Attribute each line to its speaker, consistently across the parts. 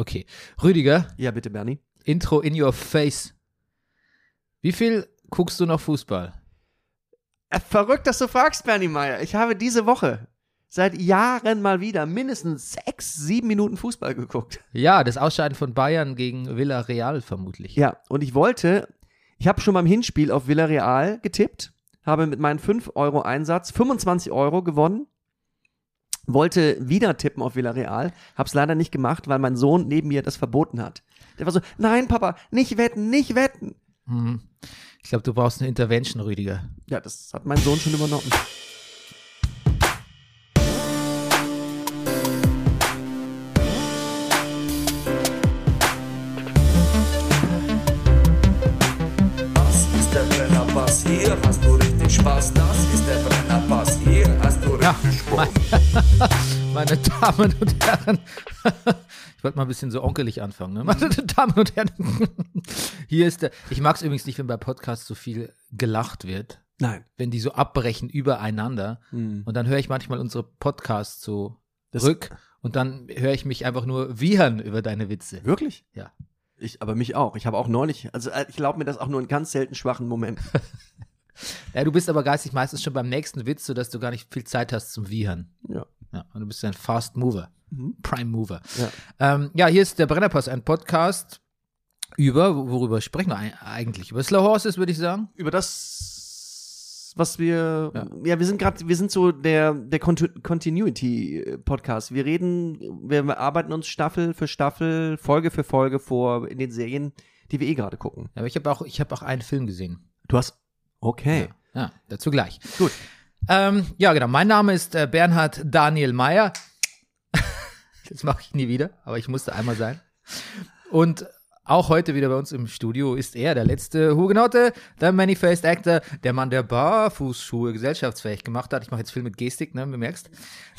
Speaker 1: Okay. Rüdiger,
Speaker 2: Ja, bitte, Bernie.
Speaker 1: Intro in your face. Wie viel guckst du noch Fußball?
Speaker 2: Äh, Verrückt, dass du fragst, Bernie Meyer. Ich habe diese Woche seit Jahren mal wieder mindestens sechs, sieben Minuten Fußball geguckt.
Speaker 1: Ja, das Ausscheiden von Bayern gegen Villarreal vermutlich.
Speaker 2: Ja, und ich wollte, ich habe schon beim Hinspiel auf Villarreal getippt, habe mit meinem 5-Euro-Einsatz 25 Euro gewonnen, wollte wieder tippen auf Villarreal, habe es leider nicht gemacht, weil mein Sohn neben mir das verboten hat. Der war so, nein, Papa, nicht wetten, nicht wetten.
Speaker 1: Mhm. Ich glaube, du brauchst eine Intervention, Rüdiger.
Speaker 2: Ja, das hat mein Sohn schon übernommen.
Speaker 3: Das ist der Brennerpass, hier hast du richtig Spaß. Das ist der Brennerpass, hier hast du
Speaker 1: Ja,
Speaker 3: richtig Spaß.
Speaker 1: mein, meine Damen und Herren. Ich wollte mal ein bisschen so onkelig anfangen. Ne? Meine Damen und Herren. Hier ist der. Ich mag es übrigens nicht, wenn bei Podcasts so viel gelacht wird.
Speaker 2: Nein.
Speaker 1: Wenn die so abbrechen übereinander.
Speaker 2: Hm.
Speaker 1: Und dann höre ich manchmal unsere Podcasts so
Speaker 2: Das-
Speaker 1: rück. Und dann höre ich mich einfach nur wiehern über deine Witze.
Speaker 2: Wirklich?
Speaker 1: Ja.
Speaker 2: Ich, aber mich auch. Ich habe auch neulich, also äh, ich glaube mir das auch nur in ganz selten schwachen Momenten.
Speaker 1: ja. Du bist aber geistig meistens schon beim nächsten Witz, sodass du gar nicht viel Zeit hast zum Wiehern.
Speaker 2: Ja.
Speaker 1: Ja, und du bist ein Fast Mover.
Speaker 2: Mhm.
Speaker 1: Prime Mover.
Speaker 2: Ja.
Speaker 1: Ähm, ja, hier ist der Brennerpass, ein Podcast über, wo- worüber sprechen wir ei- eigentlich? Über Slow Horses, würde ich sagen.
Speaker 2: Über das, was wir,
Speaker 1: Ja.
Speaker 2: ja, wir sind gerade, wir sind so der, der Conti- Continuity-Podcast. Wir reden, wir arbeiten uns Staffel für Staffel, Folge für Folge vor in den Serien, die wir eh gerade gucken.
Speaker 1: Ja, Aber ich habe auch, ich habe auch einen Film gesehen.
Speaker 2: Du hast, okay.
Speaker 1: Ja, dazu gleich.
Speaker 2: Gut.
Speaker 1: Ähm, ja, genau. Mein Name ist äh, Bernhard Daniel Meyer. das mache ich nie wieder, aber ich musste einmal sein. Und auch heute wieder bei uns im Studio ist er, der letzte Hugenotte, der Manifest Actor, der Mann, der Barfußschuhe gesellschaftsfähig gemacht hat. Ich mache jetzt viel mit Gestik, ne, bemerkst.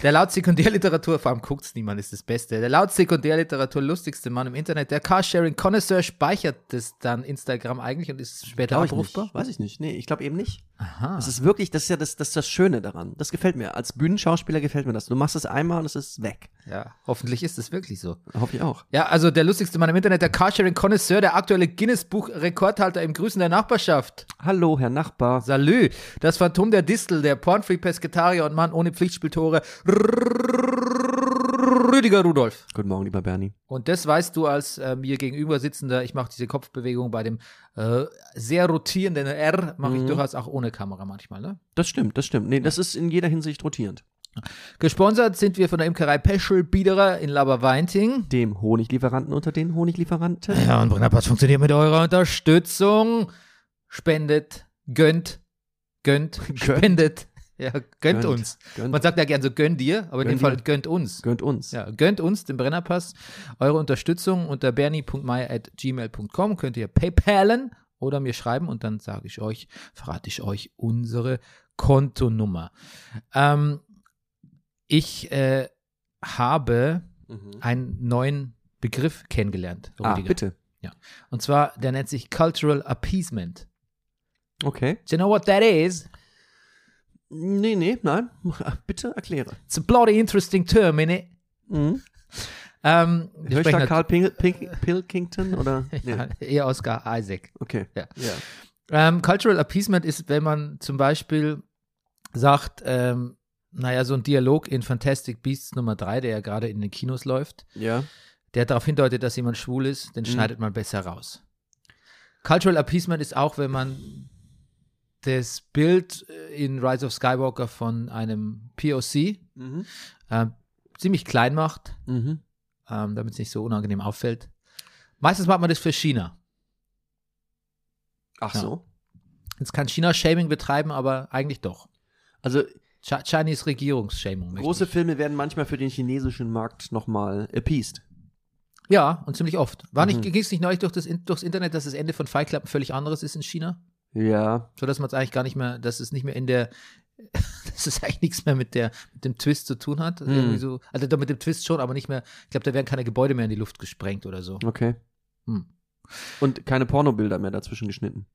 Speaker 1: Der laut Sekundärliteratur, vor allem guckt's niemand, ist das Beste. Der laut Sekundärliteratur lustigste Mann im Internet. Der carsharing connoisseur speichert das dann Instagram eigentlich und ist später
Speaker 2: Glaub ich
Speaker 1: abrufbar.
Speaker 2: nicht. Weiß ich nicht. Nee, ich glaube eben nicht.
Speaker 1: Aha.
Speaker 2: Das ist wirklich, das ist ja das, das, ist das Schöne daran. Das gefällt mir. Als Bühnenschauspieler gefällt mir das. Du machst es einmal und es ist weg.
Speaker 1: Ja, hoffentlich ist es wirklich so.
Speaker 2: Hoffe ich auch.
Speaker 1: Ja, also der lustigste Mann im Internet, der Carsharing-Konnoisseur, der aktuelle Guinness-Buch-Rekordhalter im Grüßen der Nachbarschaft.
Speaker 2: Hallo, Herr Nachbar.
Speaker 1: Salü, das Phantom der Distel, der Pornfree-Pesketarier und Mann ohne Pflichtspieltore, Rüdiger Rudolf.
Speaker 2: Guten Morgen, lieber Bernie.
Speaker 1: Und das weißt du als äh, mir gegenüber sitzender, ich mache diese Kopfbewegung bei dem äh, sehr rotierenden R, mache ich
Speaker 2: Mhm.
Speaker 1: durchaus auch ohne Kamera manchmal, ne?
Speaker 2: Das stimmt, das stimmt. Nee, das ist in jeder Hinsicht rotierend.
Speaker 1: Gesponsert sind wir von der Imkerei Peschel Biederer in Laberweinting.
Speaker 2: Dem Honiglieferanten unter den Honiglieferanten.
Speaker 1: Ja, und Brennerpass funktioniert mit eurer Unterstützung. Spendet, gönnt, gönnt, spendet. Ja, gönnt,
Speaker 2: Gönnt.
Speaker 1: uns.
Speaker 2: Gönnt,
Speaker 1: Man sagt ja gern so, gönn dir, aber in
Speaker 2: Gönn
Speaker 1: dem Fall
Speaker 2: dir.
Speaker 1: gönnt uns.
Speaker 2: gönnt uns.
Speaker 1: Ja, gönnt uns den Brennerpass. Eure Unterstützung unter bernie.meier.gmail.com könnt ihr PayPalen oder mir schreiben und dann sage ich euch, verrate ich euch unsere Kontonummer. Ähm, ich äh, habe
Speaker 2: Mhm.
Speaker 1: einen neuen Begriff kennengelernt.
Speaker 2: Ah,
Speaker 1: Rüdiger.
Speaker 2: bitte.
Speaker 1: Und zwar, der nennt sich Cultural Appeasement.
Speaker 2: Okay.
Speaker 1: Do you know what that is?
Speaker 2: Nee, nee, nein. Bitte erkläre.
Speaker 1: It's a bloody interesting term, innit?
Speaker 2: Mhm.
Speaker 1: Ähm, wir
Speaker 2: Hör ich da
Speaker 1: sprechen
Speaker 2: Karl Ping Ping Pilkington oder?
Speaker 1: nat-
Speaker 2: Nee.
Speaker 1: ja, eher Oscar Isaac.
Speaker 2: Okay.
Speaker 1: Ja.
Speaker 2: ja.
Speaker 1: Ähm, Cultural Appeasement ist, wenn man zum Beispiel sagt, ähm, naja, so ein Dialog in Fantastic Beasts Nummer 3, der ja gerade in den Kinos läuft,
Speaker 2: Ja.
Speaker 1: der darauf hindeutet, dass jemand schwul ist, den
Speaker 2: Mhm.
Speaker 1: schneidet man besser raus. Cultural Appeasement ist auch, wenn man das Bild äh, in Rise of Skywalker von einem POC,
Speaker 2: Mhm.
Speaker 1: ähm, ziemlich klein macht,
Speaker 2: Mhm.
Speaker 1: ähm, damit es nicht so unangenehm auffällt. Meistens macht man das für China.
Speaker 2: Ach
Speaker 1: Ja.
Speaker 2: so.
Speaker 1: Jetzt kann China Shaming betreiben, aber eigentlich doch.
Speaker 2: Also
Speaker 1: Ch Chinese Regierungsshaming. möchte
Speaker 2: große
Speaker 1: ich.
Speaker 2: Filme werden manchmal für den chinesischen Markt nochmal appeased.
Speaker 1: Ja, und ziemlich oft. War nicht,
Speaker 2: Mhm.
Speaker 1: ging es nicht neulich durch das, In- durchs Internet, dass das Ende von Fight Club ein völlig anderes ist in China?
Speaker 2: Ja.
Speaker 1: So dass man es eigentlich gar nicht mehr, dass es nicht mehr in der, dass es eigentlich nichts mehr mit der, mit dem Twist zu tun hat.
Speaker 2: Mhm.
Speaker 1: Irgendwie so, also doch mit dem Twist schon, aber nicht mehr, ich glaube, da werden keine Gebäude mehr in die Luft gesprengt oder so.
Speaker 2: Okay.
Speaker 1: Hm.
Speaker 2: Und keine Pornobilder mehr dazwischen geschnitten.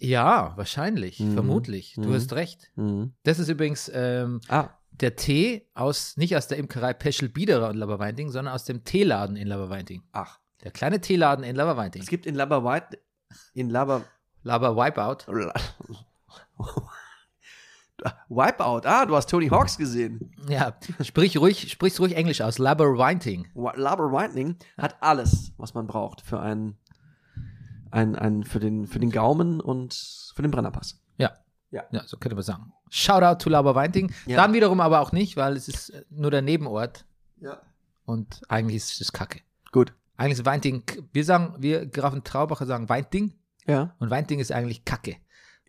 Speaker 1: Ja, wahrscheinlich,
Speaker 2: Mhm.
Speaker 1: vermutlich. Du
Speaker 2: Mhm.
Speaker 1: hast recht.
Speaker 2: Mhm.
Speaker 1: Das ist übrigens ähm,
Speaker 2: Ah.
Speaker 1: der Tee aus, nicht aus der Imkerei Peschel Biederer in Laberweinting, sondern aus dem Teeladen in Laberweinting.
Speaker 2: Ach.
Speaker 1: Der kleine Teeladen in Laberweinting.
Speaker 2: Es gibt in Laba White, in Laba,
Speaker 1: Laber Wipeout.
Speaker 2: Wipeout. Ah, du hast Tony Hawks gesehen.
Speaker 1: Ja, sprich ruhig, sprich's ruhig Englisch aus. Laberweinting.
Speaker 2: Wa- Laba Whitening hat alles, was man braucht für einen, einen, einen für den, für den Gaumen und für den Brennerpass.
Speaker 1: Ja.
Speaker 2: Ja.
Speaker 1: Ja, so könnte man sagen. Shoutout to Laberweinting.
Speaker 2: Ja.
Speaker 1: Dann wiederum aber auch nicht, weil es ist äh, nur der Nebenort
Speaker 2: Ja.
Speaker 1: und eigentlich ist es Kacke.
Speaker 2: Gut.
Speaker 1: Eigentlich ist Weinting, wir sagen, wir Grafen Traubacher sagen Weinting
Speaker 2: Ja.
Speaker 1: und Weinting ist eigentlich Kacke.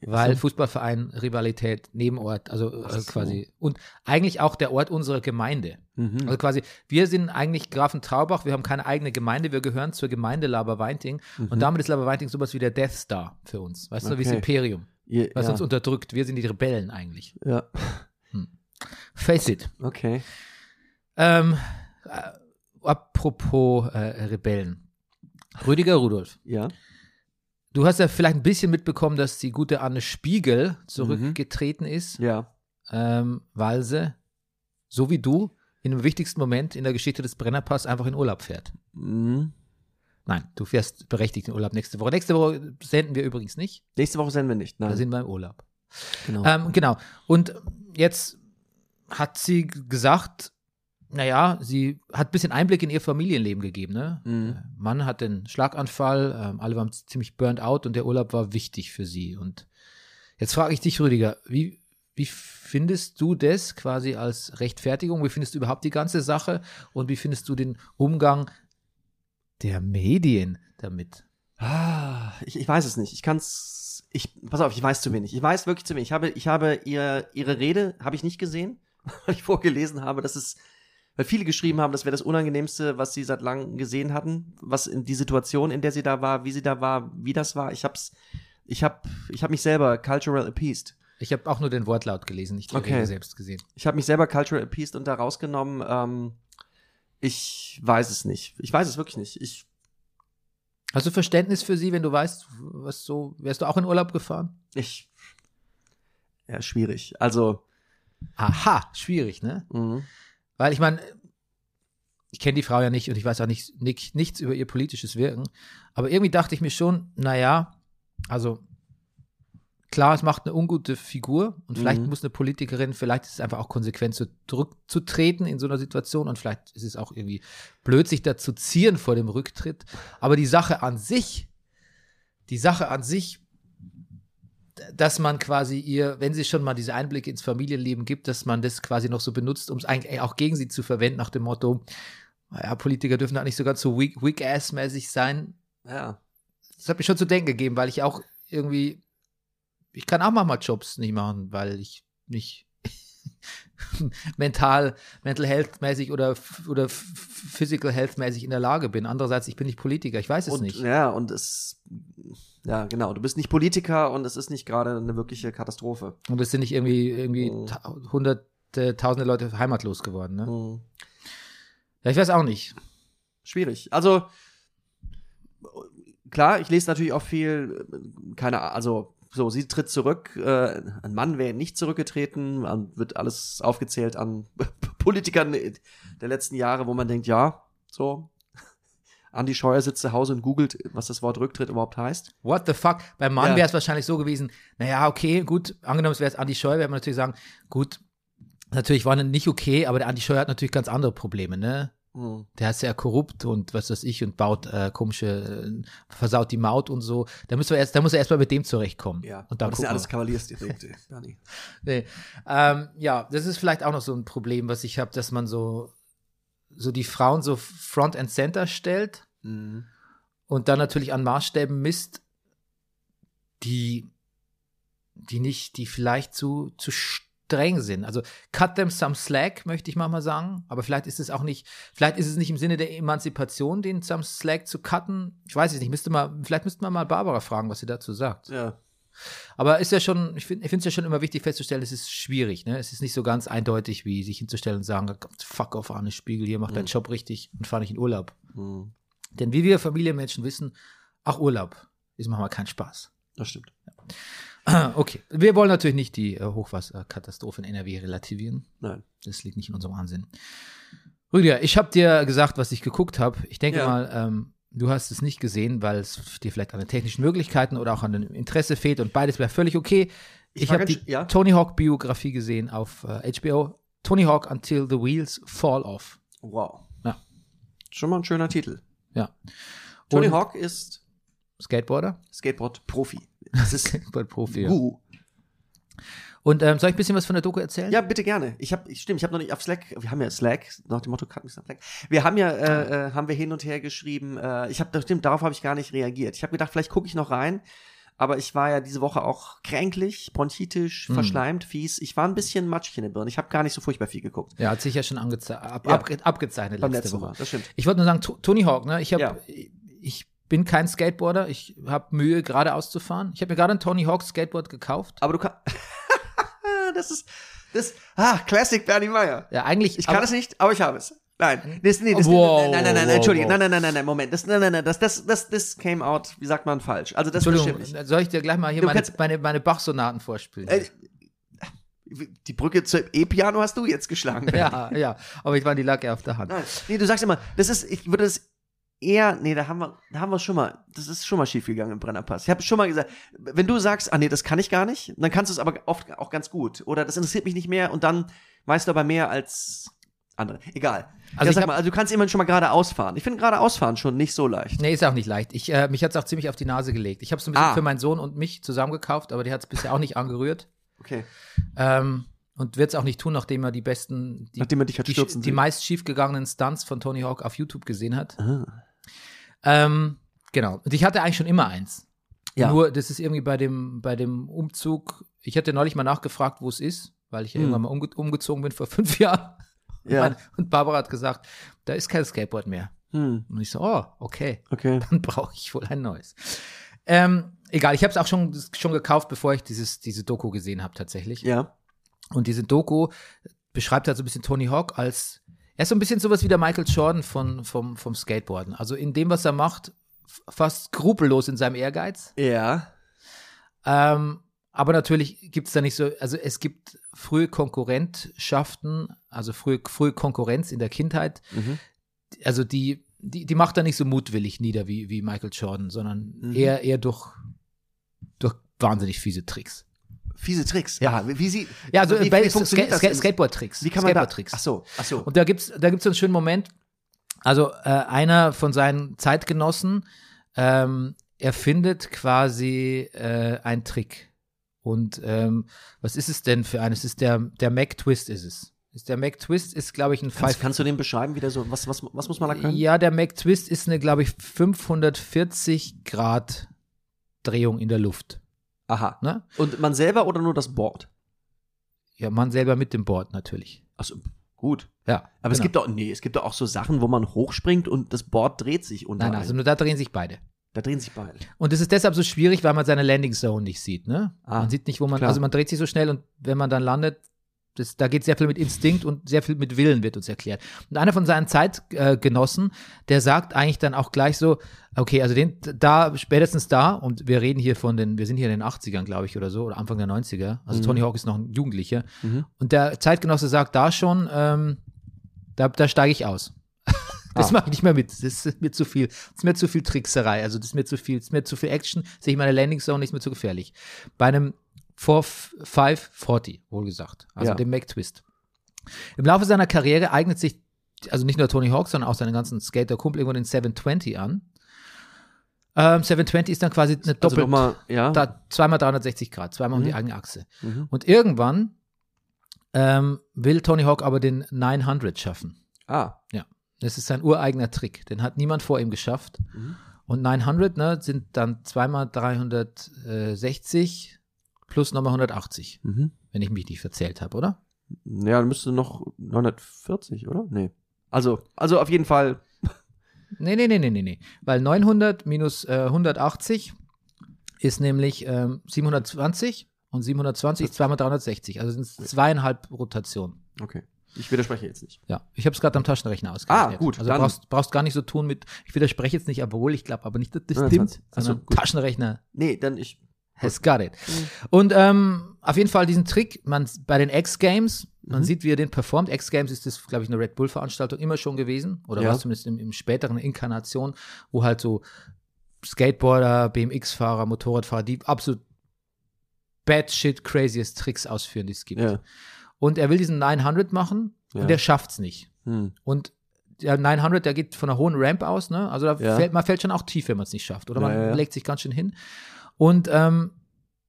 Speaker 1: Weil Fußballverein, Rivalität, Nebenort, also
Speaker 2: Ach
Speaker 1: äh,
Speaker 2: so.
Speaker 1: quasi. Und eigentlich auch der Ort unserer Gemeinde.
Speaker 2: Mhm.
Speaker 1: Also quasi, wir sind eigentlich Grafen Traubach, wir haben keine eigene Gemeinde, wir gehören zur Gemeinde Laberweinting.
Speaker 2: Mhm.
Speaker 1: Und damit ist Laberweinting sowas wie der Death Star für uns. Weißt du, wie das
Speaker 2: Hm. Okay.
Speaker 1: Imperium,
Speaker 2: Ihr-
Speaker 1: was
Speaker 2: ja.
Speaker 1: uns unterdrückt. Wir sind die Rebellen eigentlich.
Speaker 2: ja.
Speaker 1: Face it.
Speaker 2: Okay.
Speaker 1: Ähm, äh, apropos äh, Rebellen. Rüdiger Rudolf.
Speaker 2: Ja.
Speaker 1: Du hast ja vielleicht ein bisschen mitbekommen, dass die gute Anne Spiegel zurückgetreten ist,
Speaker 2: Mhm. Ja.
Speaker 1: ähm, weil sie, so wie du, in dem wichtigsten Moment in der Geschichte des Brennerpass einfach in Urlaub fährt.
Speaker 2: Mhm.
Speaker 1: Nein, du fährst berechtigt in Urlaub nächste Woche. Nächste Woche senden wir übrigens nicht.
Speaker 2: Nächste Woche senden wir nicht. Nein.
Speaker 1: Da sind wir im Urlaub.
Speaker 2: genau.
Speaker 1: Ähm, genau. Und jetzt hat sie g- gesagt, naja, sie hat ein bisschen Einblick in ihr Familienleben gegeben. Ne?
Speaker 2: Mhm.
Speaker 1: Äh, Mann hat den Schlaganfall, ähm, alle waren ziemlich burnt out und der Urlaub war wichtig für sie. Und jetzt frage ich dich, Rüdiger, wie, wie findest du das quasi als Rechtfertigung? Wie findest du überhaupt die ganze Sache? Und wie findest du den Umgang der Medien damit?
Speaker 2: Ah, Ich, ich weiß es nicht. Ich kann's. Ich pass auf. Ich weiß zu wenig. Ich weiß wirklich zu wenig. Ich habe, ich habe ihr, ihre Rede habe ich nicht gesehen, weil ich vorgelesen habe, dass es, weil viele geschrieben haben, das wäre das unangenehmste, was sie seit langem gesehen hatten, was in die Situation, in der sie da war, wie sie da war, wie das war. Ich hab's, ich hab, ich hab mich selber cultural appeased.
Speaker 1: Ich habe auch nur den Wortlaut gelesen, nicht die
Speaker 2: Okay.
Speaker 1: Rede selbst gesehen.
Speaker 2: Ich habe mich selber cultural appeased und da rausgenommen. Ähm, ich weiß es nicht. Ich weiß es wirklich nicht. Ich
Speaker 1: Hast du Verständnis für sie, wenn du weißt, was so, wärst du auch in Urlaub gefahren?
Speaker 2: Ich. Ja, schwierig. Also.
Speaker 1: Aha, schwierig, ne?
Speaker 2: Mhm.
Speaker 1: Weil ich meine, ich kenne die Frau ja nicht und ich weiß auch nicht, nicht, nichts über ihr politisches Wirken. Aber irgendwie dachte ich mir schon, naja, also klar, es macht eine ungute Figur und vielleicht
Speaker 2: Mhm.
Speaker 1: muss eine Politikerin, vielleicht ist es einfach auch konsequent zu, zurückzutreten in so einer Situation und vielleicht ist es auch irgendwie blöd, sich da zu zieren vor dem Rücktritt. Aber die Sache an sich, die Sache an sich, d- dass man quasi ihr, wenn sie schon mal diese Einblicke ins Familienleben gibt, dass man das quasi noch so benutzt, um es eigentlich auch gegen sie zu verwenden, nach dem Motto, naja, Politiker dürfen halt nicht so ganz so weak- weak-ass-mäßig sein.
Speaker 2: Ja.
Speaker 1: Das hat mir schon zu denken gegeben, weil ich auch irgendwie, ich kann auch manchmal Jobs nicht machen, weil ich nicht mental, mental health mäßig oder, f- oder f- physical health mäßig in der Lage bin. Andererseits, ich bin nicht Politiker, ich weiß es
Speaker 2: Und,
Speaker 1: nicht.
Speaker 2: ja, und es. Ja, genau. Du bist nicht Politiker und es ist nicht gerade eine wirkliche Katastrophe.
Speaker 1: Und es sind nicht irgendwie, irgendwie
Speaker 2: Mhm.
Speaker 1: ta hunderte, tausende Leute heimatlos geworden, ne?
Speaker 2: Mhm.
Speaker 1: Ja, ich weiß auch nicht.
Speaker 2: Schwierig. Also. Klar, ich lese natürlich auch viel. äh, Keine Ahnung. Also. So, sie tritt zurück. Äh, ein Mann wäre nicht zurückgetreten. Man wird alles aufgezählt an Politikern der letzten Jahre, wo man denkt, ja, so. Andi Scheuer sitzt zu Hause und googelt, was das Wort Rücktritt überhaupt heißt.
Speaker 1: What the fuck? Beim Mann
Speaker 2: Ja.
Speaker 1: wäre es wahrscheinlich so gewesen, naja, okay, gut, angenommen es wäre jetzt Andi Scheuer, würde man natürlich sagen, gut, natürlich war er nicht okay, aber der Andi Scheuer hat natürlich ganz andere Probleme, ne?
Speaker 2: Hm.
Speaker 1: Der ist sehr korrupt und was weiß ich und baut äh, komische, äh, versaut die Maut und so. Da müssen wir erst, da muss er erstmal mit dem zurechtkommen.
Speaker 2: Ja,
Speaker 1: und dann
Speaker 2: aber das sind
Speaker 1: gucken
Speaker 2: alles
Speaker 1: wir.
Speaker 2: Kavaliersdelikte, Dani.
Speaker 1: Nee. Ähm, ja, das ist vielleicht auch noch so ein Problem, was ich habe, dass man so, so die Frauen so front and center stellt
Speaker 2: Mhm.
Speaker 1: und dann natürlich an Maßstäben misst, die, die nicht, die vielleicht zu, zu streng sind. Also cut them some slack, möchte ich manchmal sagen. Aber vielleicht ist es auch nicht, vielleicht ist es nicht im Sinne der Emanzipation, den some slack zu cutten. Ich weiß es nicht. Müsste mal, vielleicht müsste man mal Barbara fragen, was sie dazu sagt.
Speaker 2: Ja.
Speaker 1: Aber ist ja schon, ich finde, ich finde es ja schon immer wichtig festzustellen, es ist schwierig, ne? Es ist nicht so ganz eindeutig, wie sich hinzustellen und sagen, fuck auf Arne Spiegel, hier mach deinen
Speaker 2: Mhm.
Speaker 1: Job richtig und fahr nicht in Urlaub. Hm,
Speaker 2: Mhm.
Speaker 1: Denn wie wir Familienmenschen wissen, auch Urlaub ist manchmal kein Spaß.
Speaker 2: Das stimmt.
Speaker 1: Okay, wir wollen natürlich nicht die äh, Hochwasserkatastrophe in NRW relativieren.
Speaker 2: Nein.
Speaker 1: Das liegt nicht in unserem Ansinn. Rüdiger, ich habe dir gesagt, was ich geguckt habe. Ich denke
Speaker 2: Ja.
Speaker 1: mal, ähm, du hast es nicht gesehen, weil es dir vielleicht an den technischen Möglichkeiten oder auch an dem Interesse fehlt und beides wäre völlig okay. Ich,
Speaker 2: war
Speaker 1: habe
Speaker 2: ganz-
Speaker 1: die
Speaker 2: ja.
Speaker 1: Tony Hawk Biografie gesehen auf äh, HBO. Tony Hawk Until the Wheels Fall Off.
Speaker 2: Wow.
Speaker 1: Ja.
Speaker 2: Schon mal ein schöner Titel.
Speaker 1: Ja.
Speaker 2: Tony
Speaker 1: Und-
Speaker 2: Hawk ist
Speaker 1: Skateboarder?
Speaker 2: Skateboard-Profi. Das ist
Speaker 1: Skateboard-Profi. Ja.
Speaker 2: Guru.
Speaker 1: Und ähm, soll ich ein bisschen was von der Doku erzählen?
Speaker 2: Ja, bitte gerne. Ich habe, ich, stimmt, ich habe noch nicht auf Slack. Wir haben ja Slack nach dem Motto "Cut mich auf Slack. Wir haben ja, äh, äh, haben wir hin und her geschrieben. Äh, ich habe, stimmt, darauf habe ich gar nicht reagiert. Ich habe gedacht, vielleicht gucke ich noch rein. Aber ich war ja diese Woche auch kränklich, bronchitisch,
Speaker 1: Hm.
Speaker 2: verschleimt, fies. Ich war ein bisschen matschig in der Birne. Ich habe gar nicht so furchtbar viel geguckt.
Speaker 1: Ja, hat sich ja schon angeze ab,
Speaker 2: Ja.
Speaker 1: abge abgezeichnet
Speaker 2: Beim
Speaker 1: letzte
Speaker 2: letzten
Speaker 1: Woche.
Speaker 2: Mal. Das stimmt.
Speaker 1: Ich wollte nur sagen, To- Tony Hawk, ne? Ich, hab,
Speaker 2: Ja.
Speaker 1: ich bin kein Skateboarder, ich habe Mühe, geradeaus zu fahren. Ich habe mir gerade ein Tony Hawk Skateboard gekauft.
Speaker 2: Aber du kannst. das ist, das, ah, Classic Bernie Meyer.
Speaker 1: Ja, eigentlich.
Speaker 2: Ich kann
Speaker 1: aber,
Speaker 2: es nicht, aber ich habe es. Nein, das, nee, das,
Speaker 1: Wow,
Speaker 2: nein, nein, nein, nein,
Speaker 1: wow,
Speaker 2: entschuldige,
Speaker 1: wow.
Speaker 2: nein, nein, nein, nein, nein, Moment, das, nein, nein, nein, das, das, das, das came out, wie sagt man falsch? Also das das stimmt nicht.
Speaker 1: Entschuldigung, soll ich dir gleich mal hier
Speaker 2: Du
Speaker 1: meine,
Speaker 2: kannst-
Speaker 1: meine, meine Bach-Sonaten vorspielen?
Speaker 2: Äh, Die Brücke zum E-Piano hast du jetzt geschlagen.
Speaker 1: ja, ja, aber ich meine, die lag ja auf der Hand.
Speaker 2: Nein, nee, du sagst immer, das ist, ich würde das eher, nee, da haben wir, da haben wir schon mal, das ist schon mal schief gegangen im Brennerpass. Ich habe schon mal gesagt, wenn du sagst, ah nee, das kann ich gar nicht, dann kannst du es aber oft auch ganz gut oder das interessiert mich nicht mehr und dann weißt du aber mehr als andere. Egal.
Speaker 1: Also
Speaker 2: Also,
Speaker 1: ich
Speaker 2: ja, sag
Speaker 1: hab-
Speaker 2: mal, also du kannst immer schon mal geradeaus fahren. Ich finde geradeaus fahren schon nicht so leicht.
Speaker 1: Nee, ist auch nicht leicht. Ich, äh, mich hat es auch ziemlich auf die Nase gelegt. Ich habe es ein bisschen
Speaker 2: Ah.
Speaker 1: für meinen Sohn und mich zusammengekauft, aber der hat es bisher auch nicht angerührt.
Speaker 2: Okay.
Speaker 1: Ähm, und wird es auch nicht tun, nachdem er die besten, die,
Speaker 2: Nachdem er dich hat
Speaker 1: die,
Speaker 2: stürzen
Speaker 1: die
Speaker 2: sehen.
Speaker 1: meist schiefgegangenen Stunts von Tony Hawk auf YouTube gesehen hat.
Speaker 2: Ah.
Speaker 1: Ähm, genau. Und ich hatte eigentlich schon immer eins.
Speaker 2: Ja.
Speaker 1: Nur, das ist irgendwie bei dem, bei dem Umzug. Ich hatte neulich mal nachgefragt, wo es ist, weil ich ja
Speaker 2: Hm.
Speaker 1: irgendwann mal umge umgezogen bin vor fünf Jahren.
Speaker 2: Ja.
Speaker 1: Und Barbara hat gesagt, da ist kein Skateboard mehr.
Speaker 2: Hm.
Speaker 1: Und ich so, oh, okay,
Speaker 2: Okay.
Speaker 1: dann brauche ich wohl ein neues. Ähm, egal, ich habe es auch schon, schon gekauft, bevor ich dieses, diese Doku gesehen habe tatsächlich.
Speaker 2: Ja.
Speaker 1: Und diese Doku beschreibt halt so ein bisschen Tony Hawk als, er ist so ein bisschen sowas wie der Michael Jordan von, vom, vom Skateboarden. Also in dem, was er macht, f- fast skrupellos in seinem Ehrgeiz.
Speaker 2: Ja.
Speaker 1: Ähm, aber natürlich gibt es da nicht so, also es gibt frühe Konkurrentschaften, also frühe, frühe Konkurrenz in der Kindheit,
Speaker 2: Mhm.
Speaker 1: also die, die, die macht er nicht so mutwillig nieder wie, wie Michael Jordan, sondern
Speaker 2: Mhm.
Speaker 1: eher, eher durch, durch wahnsinnig fiese Tricks.
Speaker 2: Fiese Tricks. Ja. Wie, wie sie.
Speaker 1: Ja, also,
Speaker 2: wie,
Speaker 1: Skate-
Speaker 2: wie funktioniert das?
Speaker 1: Skate-
Speaker 2: im-
Speaker 1: Skateboard-Tricks.
Speaker 2: wie kann man da?
Speaker 1: Skateboard-Tricks.
Speaker 2: Ach so. Ach so.
Speaker 1: Und da gibt's, da gibt's so einen schönen Moment. Also äh, einer von seinen Zeitgenossen ähm, erfindet quasi äh, einen Trick. Und ähm, was ist es denn für ein? Es ist der, der Mac Twist ist es. Ist der Mac Twist ist, glaube ich, ein
Speaker 2: Kannst,
Speaker 1: Five.
Speaker 2: kannst du den beschreiben wieder so? Was, was, was muss man da können?
Speaker 1: Ja, der Mac Twist ist eine, glaube ich, 540 Grad Drehung in der Luft.
Speaker 2: Aha.
Speaker 1: Ne?
Speaker 2: Und man selber oder nur das Board?
Speaker 1: Ja, man selber mit dem Board natürlich.
Speaker 2: Achso, Also, gut.
Speaker 1: Ja.
Speaker 2: Aber es
Speaker 1: genau.
Speaker 2: gibt doch, nee, es gibt doch auch so Sachen, wo man hochspringt und das Board dreht sich unter
Speaker 1: Nein,
Speaker 2: einem.
Speaker 1: also nur da drehen sich beide.
Speaker 2: Da drehen sich beide.
Speaker 1: Und es ist deshalb so schwierig, weil man seine Landing Zone nicht sieht. Ne?
Speaker 2: Ah,
Speaker 1: man sieht nicht, wo man,
Speaker 2: klar.
Speaker 1: also man dreht sich so schnell und wenn man dann landet, das, da geht sehr viel mit Instinkt und sehr viel mit Willen wird uns erklärt. Und einer von seinen Zeitgenossen, der sagt eigentlich dann auch gleich so, okay, also den, da, spätestens da, und wir reden hier von den, wir sind hier in den 80ern, glaube ich, oder so, oder Anfang der 90er, also
Speaker 2: Mhm.
Speaker 1: Tony Hawk ist noch ein Jugendlicher,
Speaker 2: Mhm.
Speaker 1: und der Zeitgenosse sagt da schon, ähm, da, da steige ich aus. Das
Speaker 2: Ah.
Speaker 1: mache ich nicht mehr mit. Das ist mir zu viel. Das ist mir zu viel Trickserei. Also das ist mir zu viel. Das ist mir zu viel Action. Sehe ich meine Landing Zone nicht mehr zu gefährlich. Bei einem 4 540, wohlgesagt. Also
Speaker 2: Ja.
Speaker 1: dem Mac Twist. Im Laufe seiner Karriere eignet sich also nicht nur Tony Hawk, sondern auch seinen ganzen Skater-Kumpel irgendwo den 720 an. Ähm, 720 ist dann quasi eine
Speaker 2: Also
Speaker 1: doppelt,
Speaker 2: nochmal, ja.
Speaker 1: da, zweimal 360 Grad, zweimal um
Speaker 2: Mhm.
Speaker 1: die eigene Achse.
Speaker 2: Mhm.
Speaker 1: Und irgendwann ähm, will Tony Hawk aber den 900 schaffen.
Speaker 2: Ah,
Speaker 1: Das ist sein ureigener Trick. Den hat niemand vor ihm geschafft.
Speaker 2: Mhm.
Speaker 1: Und 900 ne, sind dann zweimal 360 plus nochmal 180,
Speaker 2: mhm.
Speaker 1: wenn ich mich nicht verzählt habe, oder?
Speaker 2: ja, dann müsste noch 940, oder? Nee. Also, also auf jeden Fall,
Speaker 1: Nee, nee, nee, nee, nee, nee. Weil 900 minus äh, 180 ist nämlich ähm, 720 und 720 ist zweimal 360. Also sind es zweieinhalb Rotationen.
Speaker 2: okay, ich widerspreche jetzt nicht.
Speaker 1: Ja, ich habe es gerade am Taschenrechner ausgerechnet.
Speaker 2: Ah, gut,
Speaker 1: Also
Speaker 2: dann-
Speaker 1: brauchst, brauchst gar nicht so tun mit, ich widerspreche jetzt nicht, obwohl ich glaube aber nicht, dass das
Speaker 2: Ah,
Speaker 1: stimmt,
Speaker 2: 20. Also,
Speaker 1: sondern
Speaker 2: gut.
Speaker 1: Taschenrechner.
Speaker 2: Nee, dann ich,
Speaker 1: has got it. Und ähm, auf jeden Fall diesen Trick, man bei den X-Games,
Speaker 2: Mhm.
Speaker 1: man sieht, wie er den performt. X-Games ist das, glaube ich, eine Red Bull-Veranstaltung immer schon gewesen. Oder
Speaker 2: Ja.
Speaker 1: war es zumindest im, im späteren Inkarnation, wo halt so Skateboarder, BMX-Fahrer, Motorradfahrer, die absolut bad shit craziest Tricks ausführen, die es gibt.
Speaker 2: Ja.
Speaker 1: Und er will diesen 900 machen
Speaker 2: Ja.
Speaker 1: und er schafft's nicht.
Speaker 2: Hm.
Speaker 1: Und der 900, der geht von einer hohen Ramp aus, ne? Also da
Speaker 2: Ja.
Speaker 1: fällt, man fällt schon auch tief, wenn man es nicht schafft. Oder man
Speaker 2: Ja, ja, ja.
Speaker 1: legt sich ganz schön hin. Und ähm,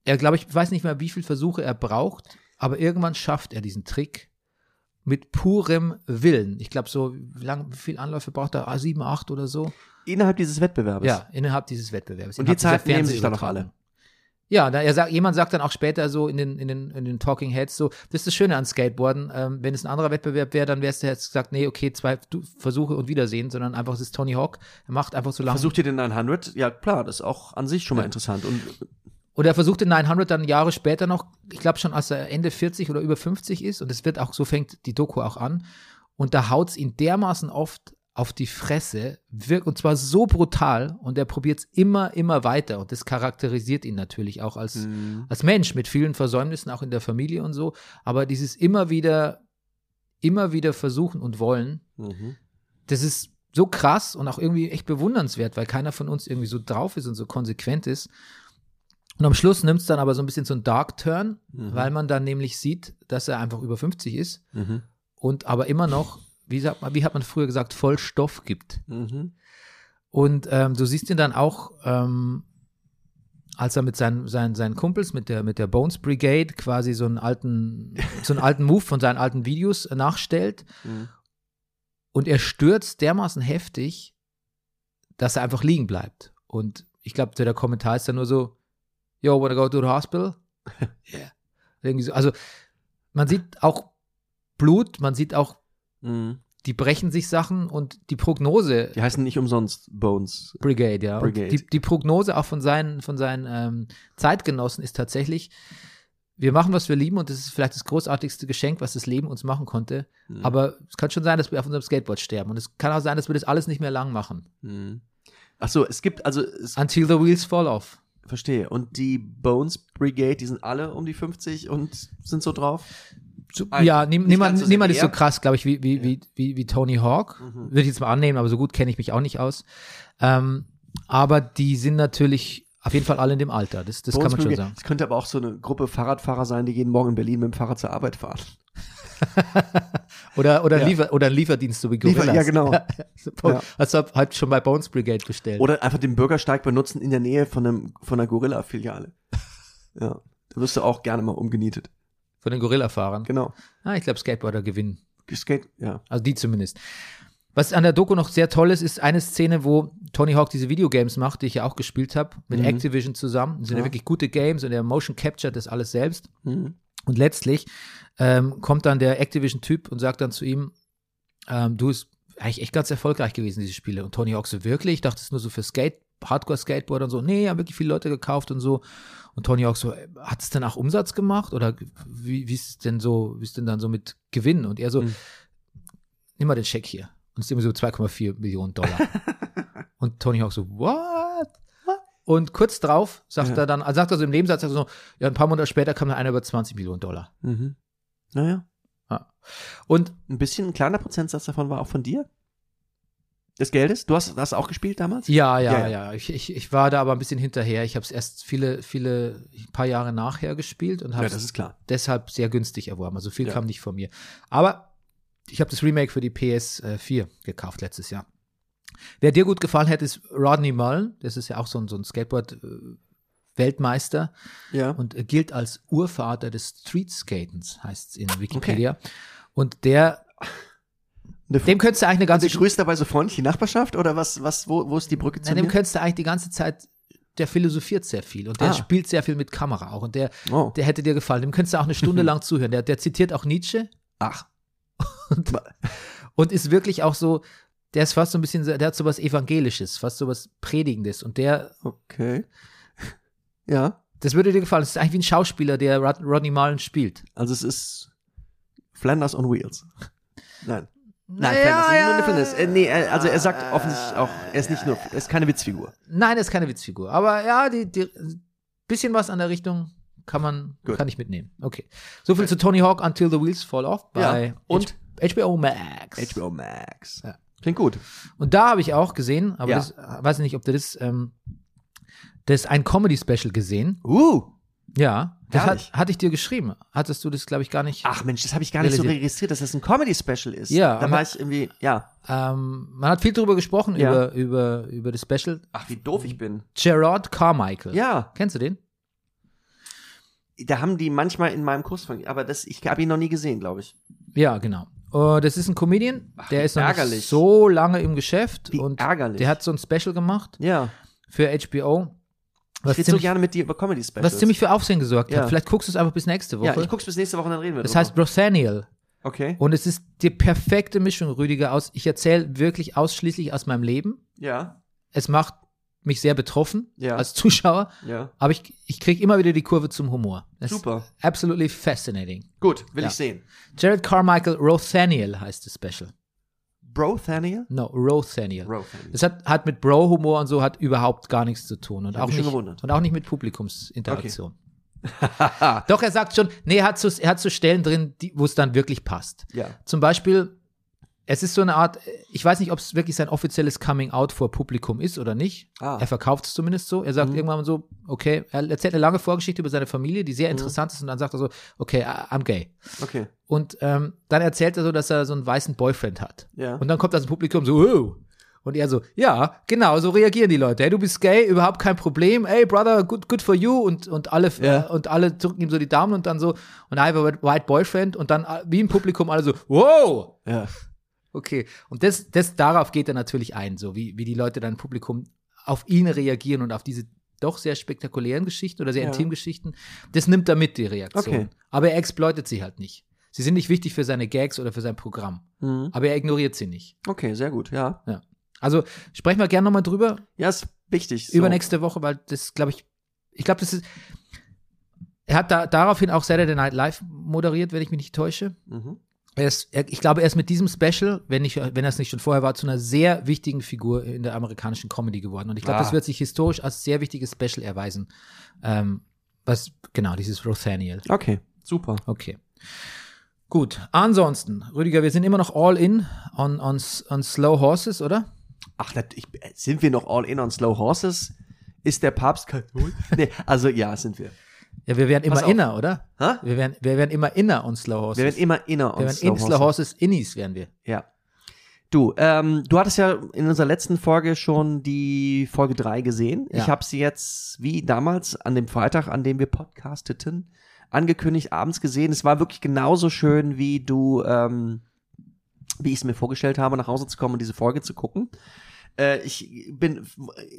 Speaker 1: er, glaube ich, weiß nicht mehr, wie viele Versuche er braucht, aber irgendwann schafft er diesen Trick mit purem Willen. Ich glaube, so, wie lang, wie viele Anläufe braucht er? Ah, sieben, acht oder so?
Speaker 2: Innerhalb dieses Wettbewerbes.
Speaker 1: ja, innerhalb dieses Wettbewerbs.
Speaker 2: Und die
Speaker 1: innerhalb dieser
Speaker 2: Zeit nehmen sich dann noch
Speaker 1: Fernsehübertragung.
Speaker 2: alle.
Speaker 1: Ja, da er sagt, jemand sagt dann auch später so in den, in den, in den Talking Heads so, das ist das Schöne an Skateboarden. Ähm, wenn es ein anderer Wettbewerb wäre, dann wärst du jetzt gesagt, nee, okay, zwei du, Versuche und Wiedersehen, sondern einfach, es ist Tony Hawk. Er macht einfach so lange.
Speaker 2: Versucht ihr den 900? Ja, klar, das ist auch an sich schon mal interessant. Und
Speaker 1: Und er versucht den 900 dann Jahre später noch, ich glaube schon, als er Ende 40 oder über 50 ist, und es wird auch, so fängt die Doku auch an, und da haut's ihn dermaßen oft auf die Fresse, wirkt, und zwar so brutal, und er probiert's immer, immer weiter, und das charakterisiert ihn natürlich auch als,
Speaker 2: Mhm.
Speaker 1: als Mensch mit vielen Versäumnissen, auch in der Familie und so, aber dieses immer wieder, immer wieder versuchen und wollen,
Speaker 2: mhm.
Speaker 1: das ist so krass und auch irgendwie echt bewundernswert, weil keiner von uns irgendwie so drauf ist und so konsequent ist. Und am Schluss nimmt es dann aber so ein bisschen so einen Dark Turn,
Speaker 2: Mhm.
Speaker 1: weil man dann nämlich sieht, dass er einfach über 50 ist
Speaker 2: Mhm.
Speaker 1: und aber immer noch, wie, sagt man, wie hat man früher gesagt, voll Stoff gibt.
Speaker 2: Mhm.
Speaker 1: Und ähm, du siehst ihn dann auch, ähm, als er mit seinen, seinen, seinen Kumpels, mit der, mit der Bones Brigade quasi so einen alten, so einen alten Move von seinen alten Videos nachstellt.
Speaker 2: Mhm.
Speaker 1: Und er stürzt dermaßen heftig, dass er einfach liegen bleibt. Und ich glaube, der Kommentar ist dann nur so, yo, wanna go to the hospital? yeah. Irgendwie so. Also man sieht auch Blut, man sieht auch,
Speaker 2: Mhm.
Speaker 1: die brechen sich Sachen und die Prognose
Speaker 2: Die heißen nicht umsonst Bones.
Speaker 1: Brigade, ja. Und
Speaker 2: Brigade.
Speaker 1: Die, die Prognose auch von seinen, von seinen ähm, Zeitgenossen ist tatsächlich, wir machen, was wir lieben und das ist vielleicht das großartigste Geschenk, was das Leben uns machen konnte.
Speaker 2: Mhm.
Speaker 1: Aber es kann schon sein, dass wir auf unserem Skateboard sterben und es kann auch sein, dass wir das alles nicht mehr lang machen.
Speaker 2: Mhm. Ach so, es gibt also, es,
Speaker 1: Until the wheels fall off.
Speaker 2: verstehe. Und die Bones Brigade, die sind alle um die 50 und sind so drauf.
Speaker 1: So,
Speaker 2: Also,
Speaker 1: ja, nie-
Speaker 2: nicht
Speaker 1: niemand,
Speaker 2: ganz so
Speaker 1: niemand ist so
Speaker 2: severe.
Speaker 1: krass, glaube ich, wie, wie, wie, wie, wie Tony Hawk.
Speaker 2: Mhm.
Speaker 1: Würde ich jetzt mal annehmen, aber so gut kenne ich mich auch nicht aus. Ähm, aber die sind natürlich auf jeden Fall alle in dem Alter. Das, das kann
Speaker 2: Bones
Speaker 1: man schon
Speaker 2: Brigade.
Speaker 1: sagen.
Speaker 2: Es könnte aber auch so eine Gruppe Fahrradfahrer sein, die jeden Morgen in Berlin mit dem Fahrrad zur Arbeit fahren.
Speaker 1: Oder, oder,
Speaker 2: Ja.
Speaker 1: Liefer, oder ein Lieferdienst, so wie
Speaker 2: Liefer-
Speaker 1: Gorillas.
Speaker 2: ja, genau. Ja.
Speaker 1: Als ob halt schon bei Bones Brigade bestellt.
Speaker 2: Oder einfach den Bürgersteig benutzen in der Nähe von, einem, von einer Gorilla-Filiale. Ja. Da wirst du auch gerne mal umgenietet.
Speaker 1: Von den Gorillafahrern.
Speaker 2: Genau.
Speaker 1: Ah, ich glaube, Skateboarder gewinnen.
Speaker 2: Skate, ja.
Speaker 1: Also die zumindest. Was an der Doku noch sehr toll ist, ist eine Szene, wo Tony Hawk diese Videogames macht, die ich ja auch gespielt habe, mit
Speaker 2: Mhm.
Speaker 1: Activision zusammen. Das sind ja.
Speaker 2: Ja.
Speaker 1: wirklich gute Games und er Motion captured das alles selbst.
Speaker 2: Mhm.
Speaker 1: Und letztlich ähm, kommt dann der Activision-Typ und sagt dann zu ihm, ähm, du bist eigentlich echt ganz erfolgreich gewesen, diese Spiele. Und Tony Hawk so, wirklich? Ich dachte, es ist nur so für Skate, Hardcore-Skateboarder und so. Nee, haben wirklich viele Leute gekauft und so. Und Tony Hawk so, hat es denn auch Umsatz gemacht? Oder wie, wie ist es denn so, wie ist denn dann so mit Gewinn? Und er so,
Speaker 2: Mhm.
Speaker 1: nimm mal den Scheck hier. Und es ist immer so 2,4 Millionen Dollar. und Tony Hawk so, what? Und kurz drauf sagt
Speaker 2: Ja.
Speaker 1: er dann, also sagt er so im Nebensatz, sagt er so, ja, ein paar Monate später kam dann einer über 20 Millionen Dollar.
Speaker 2: Mhm. Naja.
Speaker 1: Und
Speaker 2: Ein bisschen ein kleiner Prozentsatz davon war auch von dir. Des Geldes? Du hast das auch gespielt damals?
Speaker 1: ja, ja,
Speaker 2: Ja,
Speaker 1: ja, Ich, ich, ich war da aber ein bisschen hinterher. Ich habe es erst viele, viele, ein paar Jahre nachher gespielt und habe es
Speaker 2: klar.
Speaker 1: deshalb sehr günstig erworben. Also viel
Speaker 2: Ja.
Speaker 1: kam nicht von mir. Aber ich habe das Remake für die PS4 gekauft letztes Jahr. Wer dir gut gefallen hätte, ist Rodney Mullen. Das ist ja auch so ein, so ein Skateboard-Weltmeister.
Speaker 2: Ja.
Speaker 1: und er gilt als Urvater des Streetskatens, heißt es in Wikipedia. Und der,
Speaker 2: Eine
Speaker 1: dem könntest du eigentlich eine ganze,
Speaker 2: Also grüßt dabei so freundlich die Nachbarschaft oder was, was, wo, wo ist die Brücke zu
Speaker 1: nein, dem
Speaker 2: mir?
Speaker 1: könntest du eigentlich die ganze Zeit, der philosophiert sehr viel und der
Speaker 2: Ah.
Speaker 1: spielt sehr viel mit Kamera auch und der,
Speaker 2: Oh.
Speaker 1: der hätte dir gefallen. Dem könntest du auch eine Stunde lang zuhören. Der, der zitiert auch Nietzsche
Speaker 2: Ach.
Speaker 1: und ist wirklich auch so, der ist fast so ein bisschen, so- der hat so was Evangelisches, fast so was Predigendes und der,
Speaker 2: Okay. Ja.
Speaker 1: das würde dir gefallen. Das ist eigentlich wie ein Schauspieler, der Rod Rodney Mullen spielt.
Speaker 2: Also es ist Flanders on Wheels. Nein. Nein,
Speaker 1: Naja,
Speaker 2: Flanders.
Speaker 1: ja.
Speaker 2: Nicht nur eine Flanders. Äh, nee, äh, also er sagt offensichtlich auch, er ist nicht nur, er ist keine Witzfigur.
Speaker 1: Nein, er ist keine Witzfigur. Aber ja, die, die, bisschen was an der Richtung kann man,
Speaker 2: Gut.
Speaker 1: kann ich mitnehmen. Okay. So viel zu Tony Hawk Until the Wheels Fall Off bei
Speaker 2: Ja, und?
Speaker 1: H- HBO Max.
Speaker 2: HBO Max.
Speaker 1: Ja.
Speaker 2: Klingt gut.
Speaker 1: Und da habe ich auch gesehen, aber
Speaker 2: Ja.
Speaker 1: das, äh, weiß ich nicht, ob du das, ähm, das ist ein Comedy-Special gesehen.
Speaker 2: Uh.
Speaker 1: Ja. Das
Speaker 2: Herrlich.
Speaker 1: hat, hatte ich dir geschrieben. Hattest du das, glaube ich, gar nicht.
Speaker 2: Ach Mensch, das habe ich gar nicht so
Speaker 1: Realisiert.
Speaker 2: registriert, dass das ein Comedy-Special ist.
Speaker 1: Ja, ne?
Speaker 2: Da
Speaker 1: aber-
Speaker 2: war ich irgendwie, ja.
Speaker 1: Ähm, man hat viel drüber gesprochen,
Speaker 2: Ja.
Speaker 1: über, über, über das Special.
Speaker 2: Ach, wie doof ich bin.
Speaker 1: Gerard Carmichael.
Speaker 2: Ja.
Speaker 1: Kennst du den?
Speaker 2: Da haben die manchmal in meinem Kurs von, aber das, ich habe ihn noch nie gesehen, glaube ich.
Speaker 1: Ja, genau. Äh, das ist ein Comedian, der ist noch
Speaker 2: ärgerlich.
Speaker 1: nicht so lange im Geschäft
Speaker 2: Wie
Speaker 1: und
Speaker 2: ärgerlich.
Speaker 1: der hat so ein Special gemacht
Speaker 2: Ja.
Speaker 1: für HBO, was
Speaker 2: Ich rede so
Speaker 1: ziemlich,
Speaker 2: gerne mit dir über Comedy-Specials.
Speaker 1: was ziemlich für Aufsehen gesorgt
Speaker 2: Ja.
Speaker 1: hat. Vielleicht guckst du es einfach bis nächste
Speaker 2: Ja,
Speaker 1: Woche.
Speaker 2: ich guck's bis nächste Woche und dann reden wir
Speaker 1: das oh.
Speaker 2: drüber.
Speaker 1: heißt Brosaniel.
Speaker 2: Okay.
Speaker 1: Und es ist die perfekte Mischung, Rüdiger, aus. Ich erzähle wirklich ausschließlich aus meinem Leben.
Speaker 2: Ja.
Speaker 1: Es macht mich sehr betroffen
Speaker 2: Ja.
Speaker 1: als Zuschauer,
Speaker 2: Ja.
Speaker 1: aber ich, ich kriege immer wieder die Kurve zum Humor. Das
Speaker 2: Super.
Speaker 1: Ist absolutely fascinating.
Speaker 2: Gut, will
Speaker 1: Ja.
Speaker 2: ich sehen.
Speaker 1: Jared Carmichael, Rothaniel heißt das Special.
Speaker 2: Bro Thaniel?
Speaker 1: No, Rothaniel.
Speaker 2: Bro Thaniel.
Speaker 1: Das hat, hat mit Bro-Humor und so hat überhaupt gar nichts zu tun. Und,
Speaker 2: hab
Speaker 1: auch
Speaker 2: mich
Speaker 1: nicht,
Speaker 2: schon gewundert.
Speaker 1: und auch nicht mit Publikumsinteraktion. Doch, er sagt schon, nee, er hat so, er hat so Stellen drin, die- wo es dann wirklich passt.
Speaker 2: Ja.
Speaker 1: Zum Beispiel, es ist so eine Art, ich weiß nicht, ob es wirklich sein offizielles Coming-out vor Publikum ist oder nicht.
Speaker 2: Ah. Mhm.
Speaker 1: Er verkauft es zumindest so. Er sagt irgendwann so, okay, er erzählt eine lange Vorgeschichte über seine Familie, die sehr
Speaker 2: Mhm.
Speaker 1: interessant ist, und dann sagt er so, okay, I- I'm gay.
Speaker 2: Okay.
Speaker 1: Und ähm, dann erzählt er so, dass er so einen weißen Boyfriend hat.
Speaker 2: Ja.
Speaker 1: Und dann kommt das Publikum so, oh. Und er so, ja, genau, so reagieren die Leute. Hey, du bist gay, überhaupt kein Problem. Hey, Brother, good, good for you. Und, und alle,
Speaker 2: Ja.
Speaker 1: äh, und alle drücken ihm so die Daumen und dann so, und I have a white boyfriend. Und dann, äh, wie im Publikum, alle so, wow.
Speaker 2: Ja.
Speaker 1: Okay. Und das, das, darauf geht er natürlich ein, so wie, wie die Leute dann im Publikum auf ihn reagieren und auf diese doch sehr spektakulären Geschichten oder sehr
Speaker 2: Ja.
Speaker 1: intimen Geschichten. Das nimmt er mit, die Reaktion.
Speaker 2: Okay.
Speaker 1: Aber er exploitet sie halt nicht. Sie sind nicht wichtig für seine Gags oder für sein Programm.
Speaker 2: Mhm.
Speaker 1: Aber er ignoriert sie nicht.
Speaker 2: Okay, sehr gut, ja.
Speaker 1: Also sprechen wir gerne nochmal drüber,
Speaker 2: Ja, ist wichtig. So.
Speaker 1: übernächste Woche, weil das, glaube ich, ich glaube, das ist. Er hat da, daraufhin auch Saturday Night Live moderiert, wenn ich mich nicht täusche.
Speaker 2: Mhm.
Speaker 1: Er ist, er, ich glaube, er ist mit diesem Special, wenn, nicht, wenn das nicht schon vorher war, zu einer sehr wichtigen Figur in der amerikanischen Comedy geworden. Und ich glaube,
Speaker 2: Ah.
Speaker 1: das wird sich historisch als sehr wichtiges Special erweisen. Ähm, was, genau, dieses Rothaniel.
Speaker 2: Okay, super.
Speaker 1: Okay. Gut. Ansonsten, Rüdiger, wir sind immer noch all in on, on, on Slow Horses, oder?
Speaker 2: Ach, nat- ich, sind wir noch all in on slow horses? Ist der Papst katholisch? nee, also ja, sind wir.
Speaker 1: Ja, wir werden
Speaker 2: Pass
Speaker 1: immer
Speaker 2: auf.
Speaker 1: inner, oder?
Speaker 2: Hä?
Speaker 1: Wir werden, wir werden immer inner und Slow Horses.
Speaker 2: Wir werden immer inner on
Speaker 1: wir werden
Speaker 2: slow
Speaker 1: in Slow
Speaker 2: horses.
Speaker 1: Horses Innies werden wir.
Speaker 2: Ja. Du, ähm, du hattest ja in unserer letzten Folge schon die Folge 3 gesehen.
Speaker 1: Ja.
Speaker 2: Ich habe sie jetzt, wie damals, an dem Freitag, an dem wir podcasteten, angekündigt, abends gesehen. Es war wirklich genauso schön, wie du, ähm, wie ich es mir vorgestellt habe, nach Hause zu kommen und diese Folge zu gucken. Äh, ich bin,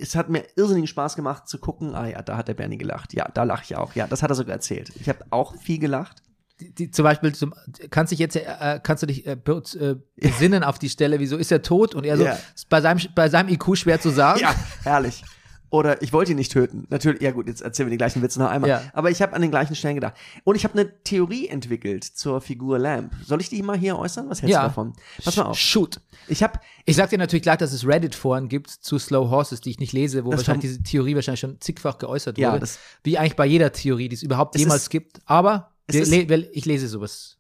Speaker 2: es hat mir irrsinnigen Spaß gemacht zu gucken. Ah ja, da hat der Bernie gelacht. Ja, da lache ich auch. Ja, das hat er sogar erzählt. Ich habe auch viel gelacht.
Speaker 1: Die, die, zum Beispiel, zum, kannst, dich jetzt, äh, kannst du dich äh, be- äh, besinnen auf die Stelle, wieso ist er tot? Und er so,
Speaker 2: Ja.
Speaker 1: ist bei, seinem, bei seinem IQ schwer zu sagen.
Speaker 2: Ja, herrlich. Oder ich wollte ihn nicht töten. Natürlich, ja gut, jetzt erzählen wir die gleichen Witze noch einmal.
Speaker 1: Ja.
Speaker 2: Aber ich habe an den gleichen Stellen gedacht. Und ich habe eine Theorie entwickelt zur Figur Lamp. Soll ich die mal hier äußern? Was hältst
Speaker 1: Ja.
Speaker 2: du davon? Pass mal auf.
Speaker 1: Shoot.
Speaker 2: Ich habe,
Speaker 1: Ich sag dir natürlich gleich, dass es Reddit-Foren gibt zu Slow Horses, die ich nicht lese, wo
Speaker 2: Das
Speaker 1: wahrscheinlich
Speaker 2: haben-
Speaker 1: diese Theorie wahrscheinlich schon zigfach geäußert
Speaker 2: Ja,
Speaker 1: wurde.
Speaker 2: das-
Speaker 1: wie eigentlich bei jeder Theorie, die es überhaupt
Speaker 2: Es
Speaker 1: jemals
Speaker 2: ist-
Speaker 1: gibt. Aber
Speaker 2: es
Speaker 1: wir,
Speaker 2: ist-
Speaker 1: le, wir, ich lese sowas.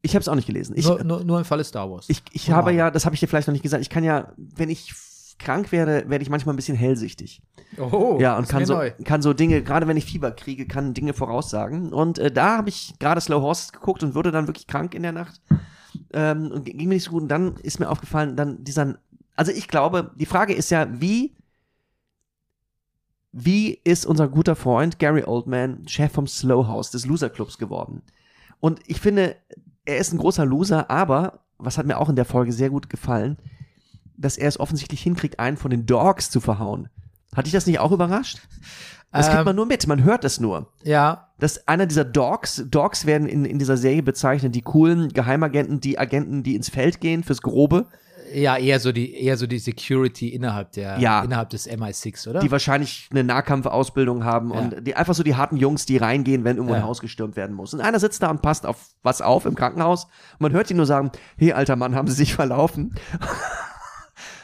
Speaker 2: ich habe es auch nicht gelesen. Ich,
Speaker 1: nur, nur, nur im Falle Star Wars.
Speaker 2: ich, ich
Speaker 1: Und
Speaker 2: habe
Speaker 1: Marvel.
Speaker 2: ja, das habe ich dir vielleicht noch nicht gesagt. Ich kann ja, wenn ich f- krank werde, werde ich manchmal ein bisschen hellsichtig.
Speaker 1: Oh,
Speaker 2: ja, und
Speaker 1: ist
Speaker 2: kann
Speaker 1: mir
Speaker 2: so,
Speaker 1: neu.
Speaker 2: kann so Dinge, gerade wenn ich Fieber kriege, kann Dinge voraussagen. Und äh, da habe ich gerade Slow Horses geguckt und wurde dann wirklich krank in der Nacht. Ähm, und ging mir nicht so gut. Und dann ist mir aufgefallen, dann dieser. Also ich glaube, die Frage ist ja, wie. Wie ist unser guter Freund Gary Oldman Chef vom Slow House des Loser Clubs geworden? Und ich finde, er ist ein großer Loser, aber was hat mir auch in der Folge sehr gut gefallen, dass er es offensichtlich hinkriegt, einen von den Dogs zu verhauen. Hat dich das nicht auch überrascht? Das kriegt
Speaker 1: Ähm,
Speaker 2: man nur mit, man hört es nur.
Speaker 1: Ja,
Speaker 2: Dass einer dieser Dogs, Dogs werden in, in dieser Serie bezeichnet, die coolen Geheimagenten, die Agenten, die ins Feld gehen fürs Grobe,
Speaker 1: Ja, eher so die, eher so die Security innerhalb der,
Speaker 2: Ja.
Speaker 1: innerhalb des MI6, oder?
Speaker 2: die wahrscheinlich eine Nahkampfausbildung haben
Speaker 1: Ja.
Speaker 2: und die einfach so die harten Jungs, die reingehen, wenn irgendwo ein
Speaker 1: Ja.
Speaker 2: Haus gestürmt werden muss. Und einer sitzt da und passt auf was auf im Krankenhaus und man hört ihn nur sagen, hey alter Mann, haben sie sich verlaufen.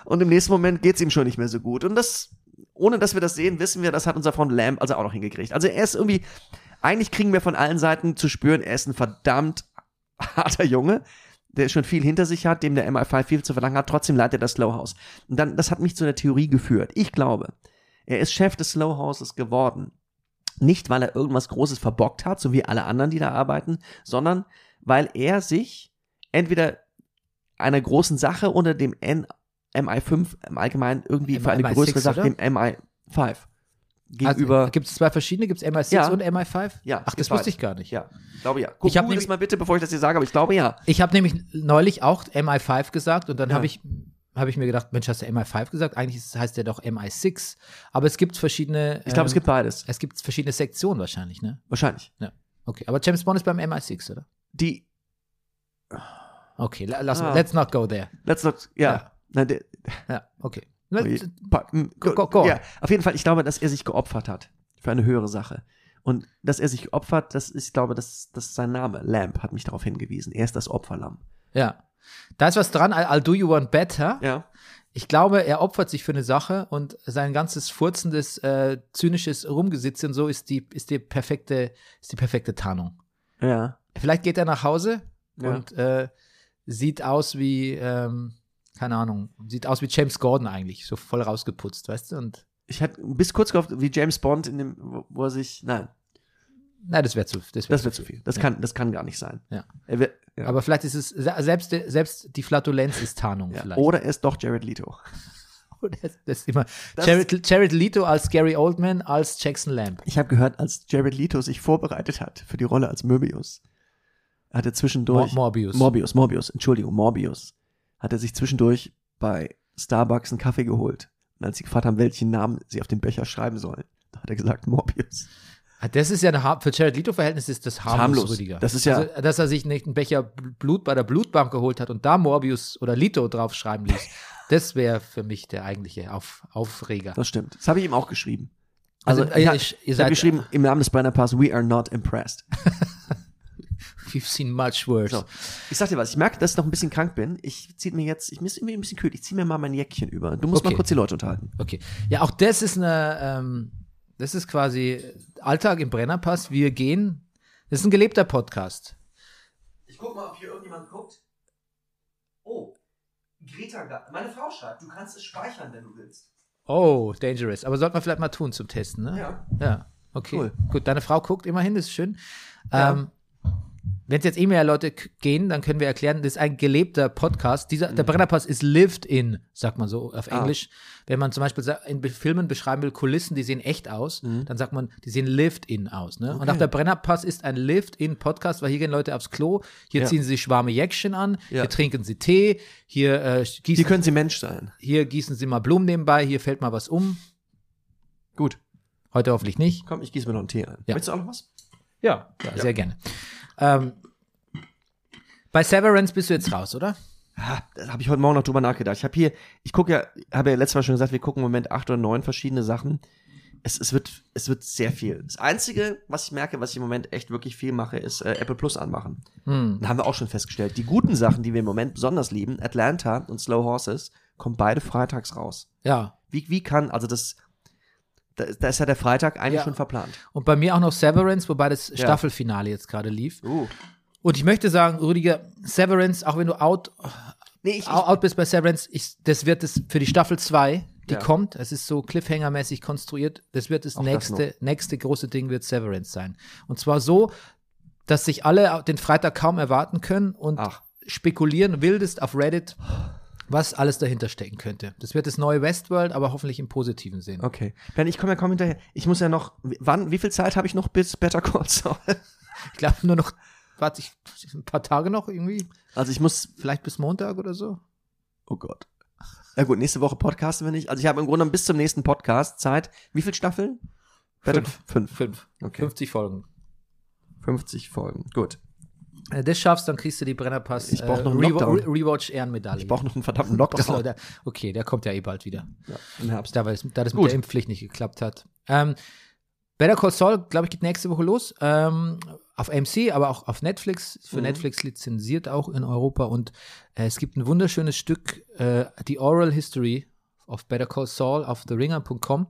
Speaker 2: und im nächsten Moment geht's ihm schon nicht mehr so gut. Und das ohne dass wir das sehen, wissen wir, das hat unser Freund Lamb also auch noch hingekriegt. Also er ist irgendwie, eigentlich kriegen wir von allen Seiten zu spüren, er ist ein verdammt harter Junge, der schon viel hinter sich hat, dem der MI5 viel zu verlangen hat, trotzdem leitet er das Slow House. Und dann, das hat mich zu einer Theorie geführt. Ich glaube, er ist Chef des Slow Houses geworden. Nicht, weil er irgendwas Großes verbockt hat, so wie alle anderen, die da arbeiten, sondern weil er sich entweder einer großen Sache unter dem N MI5 im Allgemeinen irgendwie für eine
Speaker 1: MI6,
Speaker 2: größere Sache,
Speaker 1: oder? Also,
Speaker 2: dem MI5 gegenüber.
Speaker 1: gibt es zwei verschiedene? Gibt es MI6
Speaker 2: Ja.
Speaker 1: und MI5?
Speaker 2: Ja,
Speaker 1: Ach,
Speaker 2: es
Speaker 1: das
Speaker 2: gibt
Speaker 1: wusste
Speaker 2: beides.
Speaker 1: ich gar nicht.
Speaker 2: ja, glaube ja.
Speaker 1: Ich hab
Speaker 2: Google das
Speaker 1: nämlich-
Speaker 2: mal bitte, bevor ich das hier sage, aber ich glaube ja.
Speaker 1: Ich habe nämlich neulich auch MI5 gesagt und dann
Speaker 2: Ja.
Speaker 1: habe ich, hab ich mir gedacht, Mensch, hast du MI5 gesagt? Eigentlich ist, heißt der doch MI6. Aber es gibt verschiedene.
Speaker 2: Ich glaube,
Speaker 1: ähm,
Speaker 2: es gibt beides.
Speaker 1: es gibt verschiedene Sektionen wahrscheinlich, ne?
Speaker 2: Wahrscheinlich.
Speaker 1: Okay, aber James Bond ist beim MI6, oder?
Speaker 2: Die,
Speaker 1: Okay, la- lass,
Speaker 2: Ah.
Speaker 1: let's not go there.
Speaker 2: let's not, ja.
Speaker 1: Ja.
Speaker 2: Nein, der,
Speaker 1: Ja, okay.
Speaker 2: Ui, pa- mm,
Speaker 1: Ne, go-
Speaker 2: go-
Speaker 1: go.
Speaker 2: Ja, auf jeden Fall, ich glaube, dass er sich geopfert hat für eine höhere Sache. Und dass er sich geopfert, das ist, ich glaube, das, das ist sein Name. Lamp hat mich darauf hingewiesen. Er ist das Opferlamm.
Speaker 1: Ja. Da ist was dran, I- I'll do you one better.
Speaker 2: Ja.
Speaker 1: Ich glaube, er opfert sich für eine Sache und sein ganzes furzendes, äh, zynisches Rumgesitze und so ist die, ist die perfekte, ist die perfekte Tarnung.
Speaker 2: Ja.
Speaker 1: Vielleicht geht er nach Hause
Speaker 2: Ja.
Speaker 1: und äh, sieht aus wie, ähm, keine Ahnung, sieht aus wie James Gordon eigentlich, so voll rausgeputzt, weißt du? Und
Speaker 2: Ich hatte bis kurz gehofft, wie James Bond in dem, wo- wo er sich, nein,
Speaker 1: nein, das wäre zu, das wär
Speaker 2: das wird zu viel. Das
Speaker 1: Ja.
Speaker 2: kann, das kann gar nicht sein.
Speaker 1: Ja.
Speaker 2: Er wird, ja.
Speaker 1: Aber vielleicht ist es, se- selbst, selbst die Flatulenz ist Tarnung
Speaker 2: ja.
Speaker 1: vielleicht.
Speaker 2: Oder er ist doch Jared Leto.
Speaker 1: Das, das ist immer
Speaker 2: Das-
Speaker 1: Jared, Jared Leto als Gary Oldman als Jackson Lamb.
Speaker 2: Ich habe gehört, als Jared Leto sich vorbereitet hat für die Rolle als Möbius, hat er
Speaker 1: Mor
Speaker 2: zwischendurch
Speaker 1: Morbius.
Speaker 2: Morbius, Morbius, Entschuldigung, Morbius. Hat er sich zwischendurch bei Starbucks einen Kaffee geholt. Und als sie gefragt haben, welchen Namen sie auf den Becher schreiben sollen, da hat er gesagt Morbius.
Speaker 1: Ah, Das ist ja eine, har- für Jared Leto-Verhältnis ist das harmlos,
Speaker 2: harmlos.
Speaker 1: Rüdiger.
Speaker 2: Das ist ja-
Speaker 1: also, dass er sich nicht einen Becher Bl- Blut bei der Blutbank geholt hat und da Morbius oder Leto draufschreiben ließ. das wäre für mich der eigentliche Auf, Aufreger.
Speaker 2: Das stimmt. Das habe ich ihm auch geschrieben.
Speaker 1: Also,
Speaker 2: Also, ich,
Speaker 1: ihr-
Speaker 2: hab-
Speaker 1: ihr
Speaker 2: ich
Speaker 1: seid-
Speaker 2: habe geschrieben, im Namen des Brenner Pass, we are not impressed.
Speaker 1: We've seen much worse.
Speaker 2: So. Ich sag dir was, ich merke, dass ich noch ein bisschen krank bin. Ich ziehe mir jetzt, ich bin irgendwie ein bisschen kühl, ich ziehe mir mal mein Jäckchen über. Du musst
Speaker 1: Okay.
Speaker 2: mal kurz die Leute unterhalten.
Speaker 1: Okay. Ja, auch das ist eine, ähm, das ist quasi Alltag im Brennerpass. Wir gehen. Das ist ein gelebter Podcast.
Speaker 2: Ich guck mal, ob hier irgendjemand guckt. Oh, Greta, meine Frau schreibt, du kannst es speichern, wenn du willst.
Speaker 1: Oh, dangerous. Aber sollten wir vielleicht mal tun zum Testen, ne?
Speaker 2: Ja.
Speaker 1: Ja, okay.
Speaker 2: Cool.
Speaker 1: Gut, deine Frau guckt immerhin, das ist schön.
Speaker 2: Ja.
Speaker 1: Ähm, Wenn es jetzt eh mehr Leute k- gehen, dann können wir erklären, das ist ein gelebter Podcast. Dieser, Der Brennerpass ist lived in, sagt man so auf
Speaker 2: Mhm. Ah.
Speaker 1: Englisch. Wenn man zum Beispiel sa- in Be- Filmen beschreiben will, Kulissen, die sehen echt aus,
Speaker 2: Mhm.
Speaker 1: dann sagt man, die sehen lived in aus. Ne? Und
Speaker 2: Okay.
Speaker 1: auch der Brennerpass ist ein lived in Podcast, weil hier gehen Leute aufs Klo, hier
Speaker 2: Ja.
Speaker 1: ziehen sie sich warme Jäckchen an,
Speaker 2: Ja.
Speaker 1: hier trinken sie Tee, hier, äh, gießen,
Speaker 2: Hier können sie Mensch sein.
Speaker 1: hier gießen sie mal Blumen nebenbei, hier fällt mal was um.
Speaker 2: Gut.
Speaker 1: Heute hoffentlich nicht.
Speaker 2: Komm, ich gieße mir noch einen Tee ein.
Speaker 1: Ja.
Speaker 2: Möchtest du auch noch was?
Speaker 1: Ja, sehr gerne. Ähm, bei Severance bist du jetzt raus, oder?
Speaker 2: Ah, Da habe ich heute Morgen noch drüber nachgedacht. Ich habe hier, ich gucke ja, habe ja letztes Mal schon gesagt, wir gucken im Moment acht oder neun verschiedene Sachen. Es, es, wird, es wird sehr viel. Das Einzige, was ich merke, was ich im Moment echt wirklich viel mache, ist äh, Apple Plus anmachen.
Speaker 1: Hm.
Speaker 2: Da haben wir auch schon festgestellt, die guten Sachen, die wir im Moment besonders lieben, Atlanta und Slow Horses, kommen beide freitags raus.
Speaker 1: Ja.
Speaker 2: Wie, wie kann, also das, da, da ist ja der Freitag eigentlich
Speaker 1: Ja.
Speaker 2: schon verplant.
Speaker 1: Und bei mir auch noch Severance, wobei das
Speaker 2: Ja.
Speaker 1: Staffelfinale jetzt gerade lief.
Speaker 2: Uh.
Speaker 1: Und ich möchte sagen, Rüdiger, Severance, auch wenn du out,
Speaker 2: Nee, ich,
Speaker 1: out bist bei Severance, ich, das wird es für die Staffel 2, die
Speaker 2: Ja.
Speaker 1: kommt. Es ist so cliffhanger-mäßig konstruiert. Das wird das
Speaker 2: Auch das
Speaker 1: nächste, nächste große Ding wird Severance sein. Und zwar so, dass sich alle den Freitag kaum erwarten können und
Speaker 2: Ach.
Speaker 1: spekulieren wildest auf Reddit, was alles dahinter stecken könnte. Das wird das neue Westworld, aber hoffentlich im positiven Sinn.
Speaker 2: Okay. Ben, ich komme ja kaum hinterher. Ich muss ja noch. Wann, wie viel Zeit habe ich noch bis Better Call Saul?
Speaker 1: Ich glaube nur noch, warte ich, ein paar Tage noch irgendwie,
Speaker 2: Also ich muss.
Speaker 1: vielleicht bis Montag oder so.
Speaker 2: Oh Gott. Na gut, nächste Woche podcasten wir nicht. Also ich habe im Grunde bis zum nächsten Podcast Zeit. Wie viel Staffeln?
Speaker 1: Fünf.
Speaker 2: Fünf.
Speaker 1: Fünf.
Speaker 2: Okay.
Speaker 1: 50 Folgen.
Speaker 2: 50 Folgen. Gut.
Speaker 1: Wenn du das schaffst, dann kriegst du die Brennerpass.
Speaker 2: Ich brauch
Speaker 1: äh,
Speaker 2: noch einen
Speaker 1: Rewa-
Speaker 2: Lockdown.
Speaker 1: Re- Rewatch-Ehrenmedaille.
Speaker 2: Ich brauche noch einen verdammten
Speaker 1: Das war
Speaker 2: Lockdown.
Speaker 1: der- Okay, der kommt ja eh bald wieder.
Speaker 2: Ja, Im Herbst.
Speaker 1: Da, weil es, da das
Speaker 2: Gut.
Speaker 1: mit der Impfpflicht nicht geklappt hat. Ähm, Better Call Saul, glaube ich, geht nächste Woche los. Ähm, auf AMC, aber auch auf Netflix. Für
Speaker 2: Mhm.
Speaker 1: Netflix lizenziert auch in Europa. Und äh, es gibt ein wunderschönes Stück, äh, The Oral History of Better Call Saul auf theringer.com.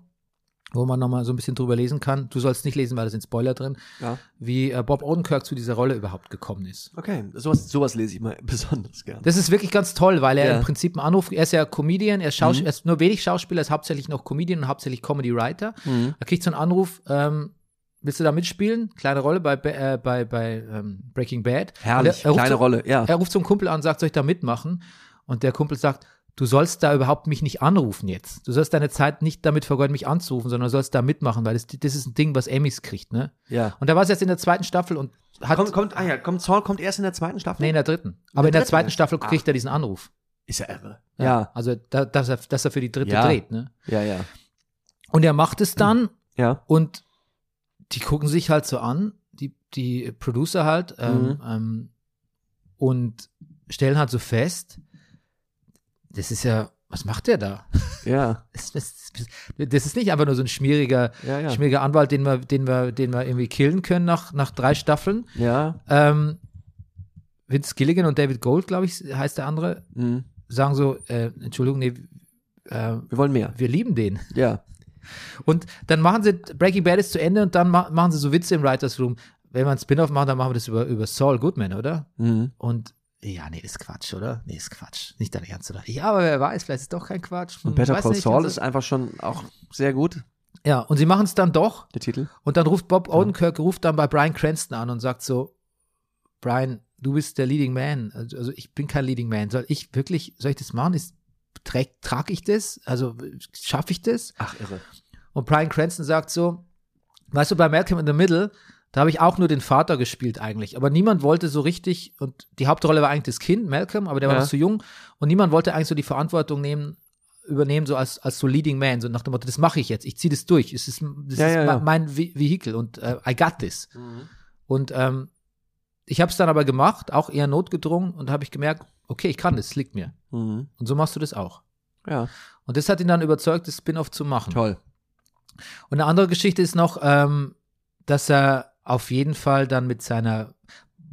Speaker 1: wo man nochmal so ein bisschen drüber lesen kann. Du sollst nicht lesen, weil da sind Spoiler drin,
Speaker 2: Ja.
Speaker 1: wie äh, Bob Odenkirk zu dieser Rolle überhaupt gekommen ist.
Speaker 2: Okay, sowas, sowas lese ich mal besonders gerne.
Speaker 1: Das ist wirklich ganz toll, weil er
Speaker 2: Ja. Mhm.
Speaker 1: im Prinzip einen Anruf, er ist ja Comedian, er ist, Schaus er ist nur wenig Schauspieler, ist hauptsächlich noch Comedian und hauptsächlich Comedy Writer.
Speaker 2: Mhm.
Speaker 1: Er kriegt so einen Anruf, ähm, willst du da mitspielen? Kleine Rolle bei, Ba- äh, bei, bei ähm, Breaking Bad. Und er,
Speaker 2: Herrlich,
Speaker 1: er ruft
Speaker 2: kleine
Speaker 1: so,
Speaker 2: Rolle, ja.
Speaker 1: Er ruft so einen Kumpel an und sagt, soll ich da mitmachen? Und der Kumpel sagt, du sollst da überhaupt mich nicht anrufen jetzt. Du sollst deine Zeit nicht damit vergeuden, mich anzurufen, sondern du sollst da mitmachen, weil das, das ist ein Ding, was Emmys kriegt, ne?
Speaker 2: ja.
Speaker 1: Und da war es jetzt in der zweiten Staffel und hat,
Speaker 2: Kommt, kommt, ah ja, kommt, Saul kommt erst in der zweiten Staffel?
Speaker 1: nee, in der dritten. Aber in der
Speaker 2: dritten,
Speaker 1: zweiten
Speaker 2: ja.
Speaker 1: Staffel
Speaker 2: Ah.
Speaker 1: kriegt er diesen Anruf.
Speaker 2: Ist ja irre.
Speaker 1: Ja.
Speaker 2: Ja,
Speaker 1: Also, da, dass, er, dass er für die dritte
Speaker 2: Ja.
Speaker 1: dreht. Ne?
Speaker 2: ja, ja.
Speaker 1: Und er macht es dann
Speaker 2: Ja,
Speaker 1: und die gucken sich halt so an, die, die Producer halt, ähm,
Speaker 2: Mhm.
Speaker 1: ähm, und stellen halt so fest, das ist ja, was macht der da?
Speaker 2: ja,
Speaker 1: Das, das, das ist nicht einfach nur so ein schmieriger,
Speaker 2: ja, ja.
Speaker 1: schmieriger Anwalt, den wir, den, wir, den wir irgendwie killen können nach, nach drei Staffeln.
Speaker 2: Ja,
Speaker 1: Ähm, Vince Gilligan und David Gold, glaube ich, heißt der andere,
Speaker 2: mhm.
Speaker 1: sagen so, äh, Entschuldigung, nee, äh,
Speaker 2: wir wollen mehr.
Speaker 1: wir lieben den.
Speaker 2: Ja,
Speaker 1: Und dann machen sie, Breaking Bad ist zu Ende und dann ma machen sie so Witze im Writers Room. Wenn wir einen Spin-off machen, dann machen wir das über, über Saul Goodman, oder?
Speaker 2: mhm.
Speaker 1: Und ja, nee, ist Quatsch, oder? Nee, ist Quatsch. Nicht dein Ernst, oder? Ja, aber wer weiß, vielleicht ist doch kein Quatsch. Hm,
Speaker 2: Und Better
Speaker 1: weiß
Speaker 2: Call
Speaker 1: nicht,
Speaker 2: Saul
Speaker 1: also-
Speaker 2: ist einfach schon auch sehr gut,
Speaker 1: Ja, und sie machen es dann doch.
Speaker 2: der Titel.
Speaker 1: Und dann ruft Bob Odenkirk, ruft dann bei Brian Cranston an und sagt so, Brian, du bist der Leading Man. Also also ich bin kein Leading Man. Soll ich wirklich, soll ich das machen? Ist, träg, trag ich das? Also schaffe ich das?
Speaker 2: Ach, irre.
Speaker 1: Und Brian Cranston sagt so, weißt du, bei Malcolm in the Middle, da habe ich auch nur den Vater gespielt eigentlich. Aber niemand wollte so richtig, und die Hauptrolle war eigentlich das Kind, Malcolm, aber der war
Speaker 2: Ja.
Speaker 1: noch zu jung. Und niemand wollte eigentlich so die Verantwortung nehmen, übernehmen, so als, als so Leading Man, so nach dem Motto, das mache ich jetzt, ich ziehe das durch. Es ist, das
Speaker 2: Ja,
Speaker 1: ist
Speaker 2: ja,
Speaker 1: ma-
Speaker 2: ja.
Speaker 1: mein Ve Vehikel und äh, I got this.
Speaker 2: Mhm.
Speaker 1: Und ähm, ich habe es dann aber gemacht, auch eher notgedrungen, und habe ich gemerkt, okay, ich kann das, es liegt mir.
Speaker 2: Mhm.
Speaker 1: Und so machst du das auch.
Speaker 2: Ja,
Speaker 1: Und das hat ihn dann überzeugt, das Spin-off zu machen.
Speaker 2: toll.
Speaker 1: Und eine andere Geschichte ist noch, ähm, dass er auf jeden Fall dann mit seiner,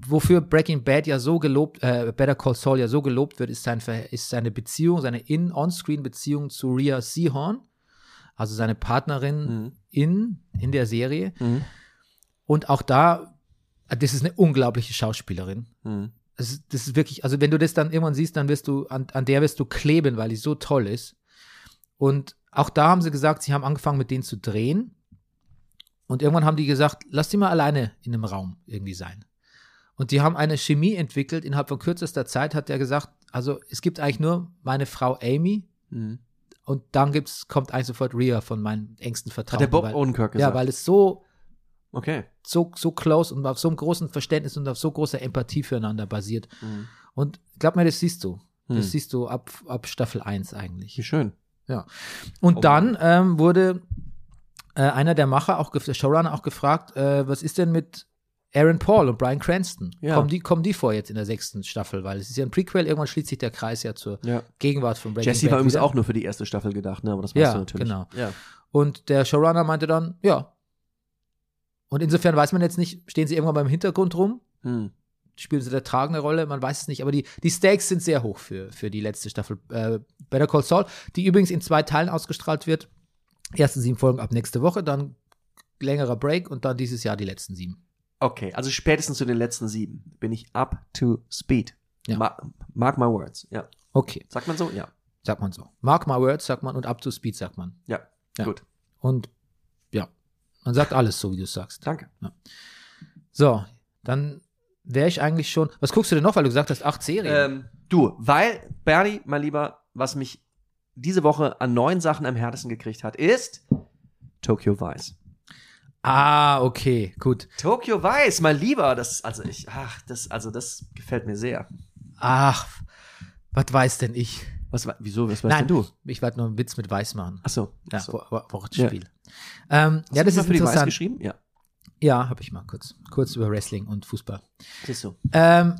Speaker 1: wofür Breaking Bad ja so gelobt, äh, Better Call Saul ja so gelobt wird, ist, sein, Ver- ist seine Beziehung, seine In-On-Screen-Beziehung zu Rhea Seahorn, also seine Partnerin
Speaker 2: Mhm.
Speaker 1: in, in der Serie.
Speaker 2: Mhm.
Speaker 1: Und auch da, äh, das ist eine unglaubliche Schauspielerin.
Speaker 2: Mhm.
Speaker 1: Das ist, das ist wirklich, also wenn du das dann irgendwann siehst, dann wirst du, an, an der wirst du kleben, weil die so toll ist. Und auch da haben sie gesagt, sie haben angefangen mit denen zu drehen. Und irgendwann haben die gesagt, lass die mal alleine in einem Raum irgendwie sein. Und die haben eine Chemie entwickelt. Innerhalb von kürzester Zeit hat er gesagt, also es gibt eigentlich nur meine Frau Amy
Speaker 2: Mhm.
Speaker 1: und dann gibt's, kommt eigentlich sofort Rhea von meinen engsten
Speaker 2: Hat
Speaker 1: Vertrauten.
Speaker 2: der Bob
Speaker 1: weil,
Speaker 2: Odenkirk gesagt.
Speaker 1: Ja, weil es so,
Speaker 2: okay.
Speaker 1: so, so close und auf so einem großen Verständnis und auf so großer Empathie füreinander basiert.
Speaker 2: Mhm.
Speaker 1: Und glaub mir, das siehst du.
Speaker 2: Hm.
Speaker 1: Das siehst du ab, ab Staffel 1 eigentlich.
Speaker 2: Wie schön.
Speaker 1: Und
Speaker 2: Oh.
Speaker 1: dann ähm, wurde äh, einer der Macher, auch gef- der Showrunner, auch gefragt, äh, was ist denn mit Aaron Paul und Brian Cranston?
Speaker 2: Ja.
Speaker 1: Kommen, die, kommen die vor jetzt in der sechsten Staffel? Weil es ist ja ein Prequel, irgendwann schließt sich der Kreis ja zur
Speaker 2: Ja.
Speaker 1: Gegenwart von Breaking
Speaker 2: Jesse war
Speaker 1: Bad
Speaker 2: übrigens
Speaker 1: wieder.
Speaker 2: auch nur für die erste Staffel gedacht, ne? Aber das weißt
Speaker 1: Ja,
Speaker 2: du natürlich.
Speaker 1: genau.
Speaker 2: Ja.
Speaker 1: Und der Showrunner meinte dann, ja. Und insofern weiß man jetzt nicht, stehen sie irgendwann beim Hintergrund rum?
Speaker 2: Mhm.
Speaker 1: Spielen sie eine tragende Rolle? Man weiß es nicht. Aber die, die Stakes sind sehr hoch für, für die letzte Staffel äh, Better Call Saul, die übrigens in zwei Teilen ausgestrahlt wird. Erste sieben Folgen ab nächste Woche, dann längerer Break und dann dieses Jahr die letzten sieben.
Speaker 2: Okay, also spätestens zu den letzten sieben bin ich up to speed.
Speaker 1: Ja.
Speaker 2: Ma mark my words. Ja.
Speaker 1: Okay,
Speaker 2: Sagt man so? Ja.
Speaker 1: sagt man so. Mark my words, sagt man, und up to speed, sagt man.
Speaker 2: Ja.
Speaker 1: Ja.
Speaker 2: Gut.
Speaker 1: Und ja, man sagt alles so, wie du es sagst.
Speaker 2: Danke.
Speaker 1: So, dann wäre ich eigentlich schon. Was guckst du denn noch, weil du gesagt hast, acht Serien?
Speaker 2: Ähm, du, weil, Bernie, mein Lieber, was mich diese Woche an neuen Sachen am härtesten gekriegt hat, ist Tokyo Vice.
Speaker 1: ah, okay, gut.
Speaker 2: Tokyo Vice, mein Lieber, das, also ich, ach, das, also das gefällt mir sehr.
Speaker 1: Ach, was weiß denn ich?
Speaker 2: Was, wa- wieso, was weißt
Speaker 1: Nein,
Speaker 2: denn du?
Speaker 1: Ich werde nur einen Witz mit Weiß machen.
Speaker 2: Ach so.
Speaker 1: Ja,
Speaker 2: ach so.
Speaker 1: Wo- Wo- Wortspiel. Ähm, ja,
Speaker 2: Hast du
Speaker 1: das
Speaker 2: mal
Speaker 1: ist
Speaker 2: für die Weiß
Speaker 1: interessant.
Speaker 2: geschrieben? Ja.
Speaker 1: Ja, habe ich mal kurz. Kurz über Wrestling und Fußball.
Speaker 2: Siehst du.
Speaker 1: Ähm,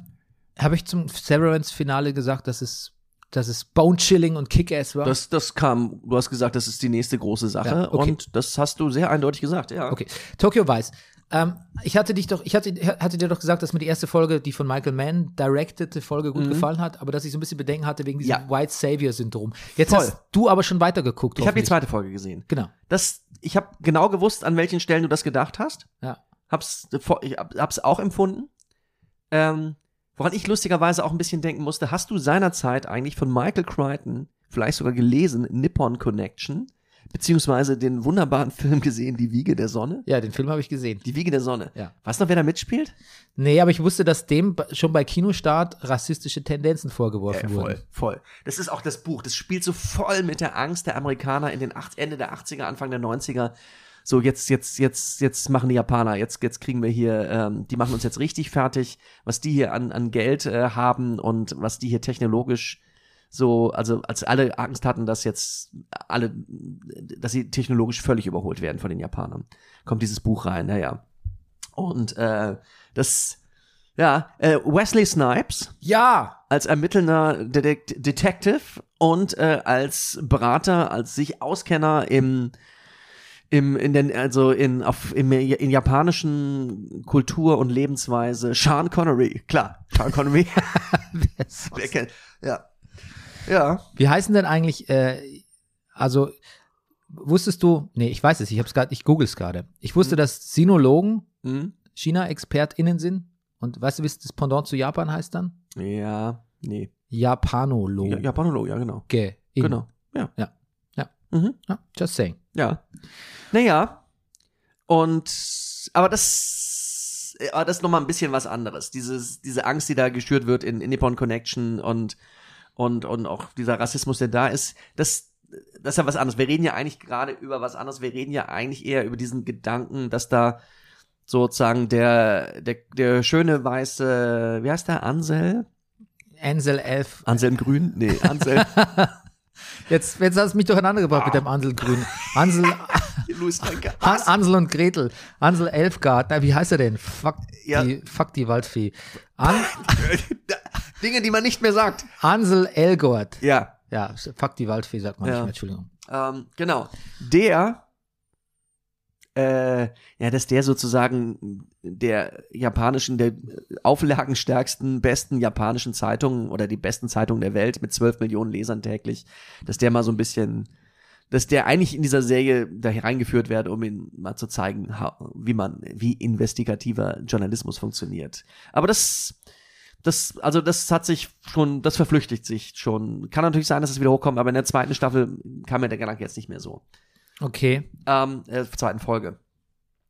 Speaker 1: habe ich zum Severance-Finale gesagt, dass es, dass es Bone-Chilling und Kick-Ass war?
Speaker 2: Das, das kam, du hast gesagt, das ist die nächste große Sache
Speaker 1: Ja, okay.
Speaker 2: und das hast du sehr eindeutig gesagt, ja.
Speaker 1: Okay, Tokyo Vice. Ähm, ich hatte dich doch, ich hatte, hatte dir doch gesagt, dass mir die erste Folge, die von Michael Mann directed Folge gut gefallen hat, aber dass ich so ein bisschen Bedenken hatte wegen diesem
Speaker 2: Mhm. Ja.
Speaker 1: White Savior Syndrom. Jetzt
Speaker 2: Voll.
Speaker 1: hast du aber schon weitergeguckt.
Speaker 2: Ich habe die
Speaker 1: hoffentlich.
Speaker 2: zweite Folge gesehen.
Speaker 1: Genau.
Speaker 2: Das ich habe genau gewusst, an welchen Stellen du das gedacht hast.
Speaker 1: Ja.
Speaker 2: Hab's, vor- ich hab- hab's auch empfunden. Ähm, woran ich lustigerweise auch ein bisschen denken musste, hast du seinerzeit eigentlich von Michael Crichton vielleicht sogar gelesen, Nippon Connection, beziehungsweise den wunderbaren Film gesehen, Die Wiege der Sonne?
Speaker 1: Ja, den Film habe ich gesehen.
Speaker 2: Die Wiege der Sonne.
Speaker 1: Ja.
Speaker 2: Weißt du noch, wer da mitspielt?
Speaker 1: Nee, aber ich wusste, dass dem b- schon bei Kinostart rassistische Tendenzen vorgeworfen wurden.
Speaker 2: voll. Das ist auch das Buch. Das spielt so voll mit der Angst der Amerikaner in den acht, Ende der 80er, Anfang der 90er. So, jetzt, jetzt, jetzt, jetzt machen die Japaner, jetzt, jetzt kriegen wir hier, ähm, die machen uns jetzt richtig fertig, was die hier an, an Geld äh, haben und was die hier technologisch so, also als alle Angst hatten, dass jetzt alle, dass sie technologisch völlig überholt werden von den Japanern. Kommt dieses Buch rein, naja. Und äh, das, ja, äh, Wesley Snipes,
Speaker 1: Ja!
Speaker 2: als ermittelnder Detekt Detective und äh, als Berater, als sich Auskenner im im in den also in auf im, in japanischen Kultur und Lebensweise Sean Connery, klar, Sean Connery, wer kennt, ja. Ja,
Speaker 1: Wie heißen denn eigentlich, äh, also wusstest du, nee, ich weiß es, ich hab's gerade, ich google es gerade. Ich
Speaker 2: Mhm.
Speaker 1: wusste, dass Sinologen
Speaker 2: hm?
Speaker 1: China-ExpertInnen sind und weißt du, wie es das Pendant zu Japan heißt dann?
Speaker 2: ja, nee. Ja,
Speaker 1: Japanologe.
Speaker 2: Japanolog, ja, genau.
Speaker 1: in.
Speaker 2: Genau. Ja.
Speaker 1: Ja. Ja.
Speaker 2: Mhm.
Speaker 1: Ja, just saying.
Speaker 2: Ja. Naja. Und, aber das, aber das ist nochmal ein bisschen was anderes. Dieses, diese Angst, die da geschürt wird in, in Nippon Connection und, und, und auch dieser Rassismus, der da ist, das, das ist ja was anderes. Wir reden ja eigentlich gerade über was anderes. Wir reden ja eigentlich eher über diesen Gedanken, dass da sozusagen der, der, der schöne weiße, wie heißt der, Ansel?
Speaker 1: Ansel Elf.
Speaker 2: Anselm Grün? Nee, Anselm,
Speaker 1: Jetzt, jetzt hast du mich durcheinander gebracht
Speaker 2: Ah.
Speaker 1: mit dem Ansel Grün. Ansel,
Speaker 2: Louis Franke.
Speaker 1: Han, Ansel und Gretel. Ansel Elfgard. Na, wie heißt er denn? Fuck,
Speaker 2: Ja.
Speaker 1: die, fuck die Waldfee. An,
Speaker 2: Dinge, die man nicht mehr sagt.
Speaker 1: Ansel Elgort.
Speaker 2: Ja,
Speaker 1: Ja, fuck die Waldfee sagt man
Speaker 2: Ja.
Speaker 1: nicht mehr, Entschuldigung.
Speaker 2: Ähm, genau. Der, äh, ja, dass der sozusagen der japanischen, der auflagenstärksten, besten japanischen Zeitung oder die besten Zeitung der Welt mit 12 Millionen Lesern täglich, dass der mal so ein bisschen, dass der eigentlich in dieser Serie da hereingeführt wird, um ihn mal zu zeigen, ha- wie man, wie investigativer Journalismus funktioniert. Aber das, das, also das hat sich schon, das verflüchtigt sich schon. Kann natürlich sein, dass es wieder hochkommt, aber in der zweiten Staffel kam mir der Gedanke jetzt nicht mehr so.
Speaker 1: Okay.
Speaker 2: Ähm, äh, zweiten Folge.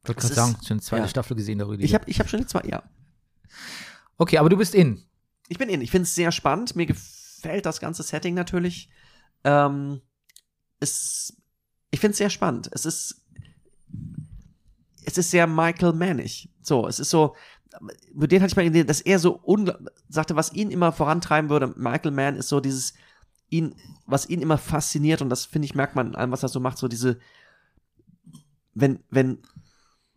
Speaker 1: Ich wollte
Speaker 2: Das
Speaker 1: gerade sagen,
Speaker 2: ist-
Speaker 1: schon die zweite
Speaker 2: ja.
Speaker 1: Staffel gesehen, der Rüdiger.
Speaker 2: Ich habe ich hab schon die zwei, ja.
Speaker 1: okay, aber du bist in.
Speaker 2: Ich bin in. Ich finde es sehr spannend. Mir gefällt das ganze Setting natürlich. Ähm, es, ich finde es sehr spannend. Es ist, es ist sehr Michael Mannig. So, es ist so, mit dem hatte ich mal gesehen, dass er so ungl- sagte, was ihn immer vorantreiben würde. Michael Mann ist so dieses, ihn, was ihn immer fasziniert und das finde ich merkt man in allem, was er so macht, so diese, wenn, wenn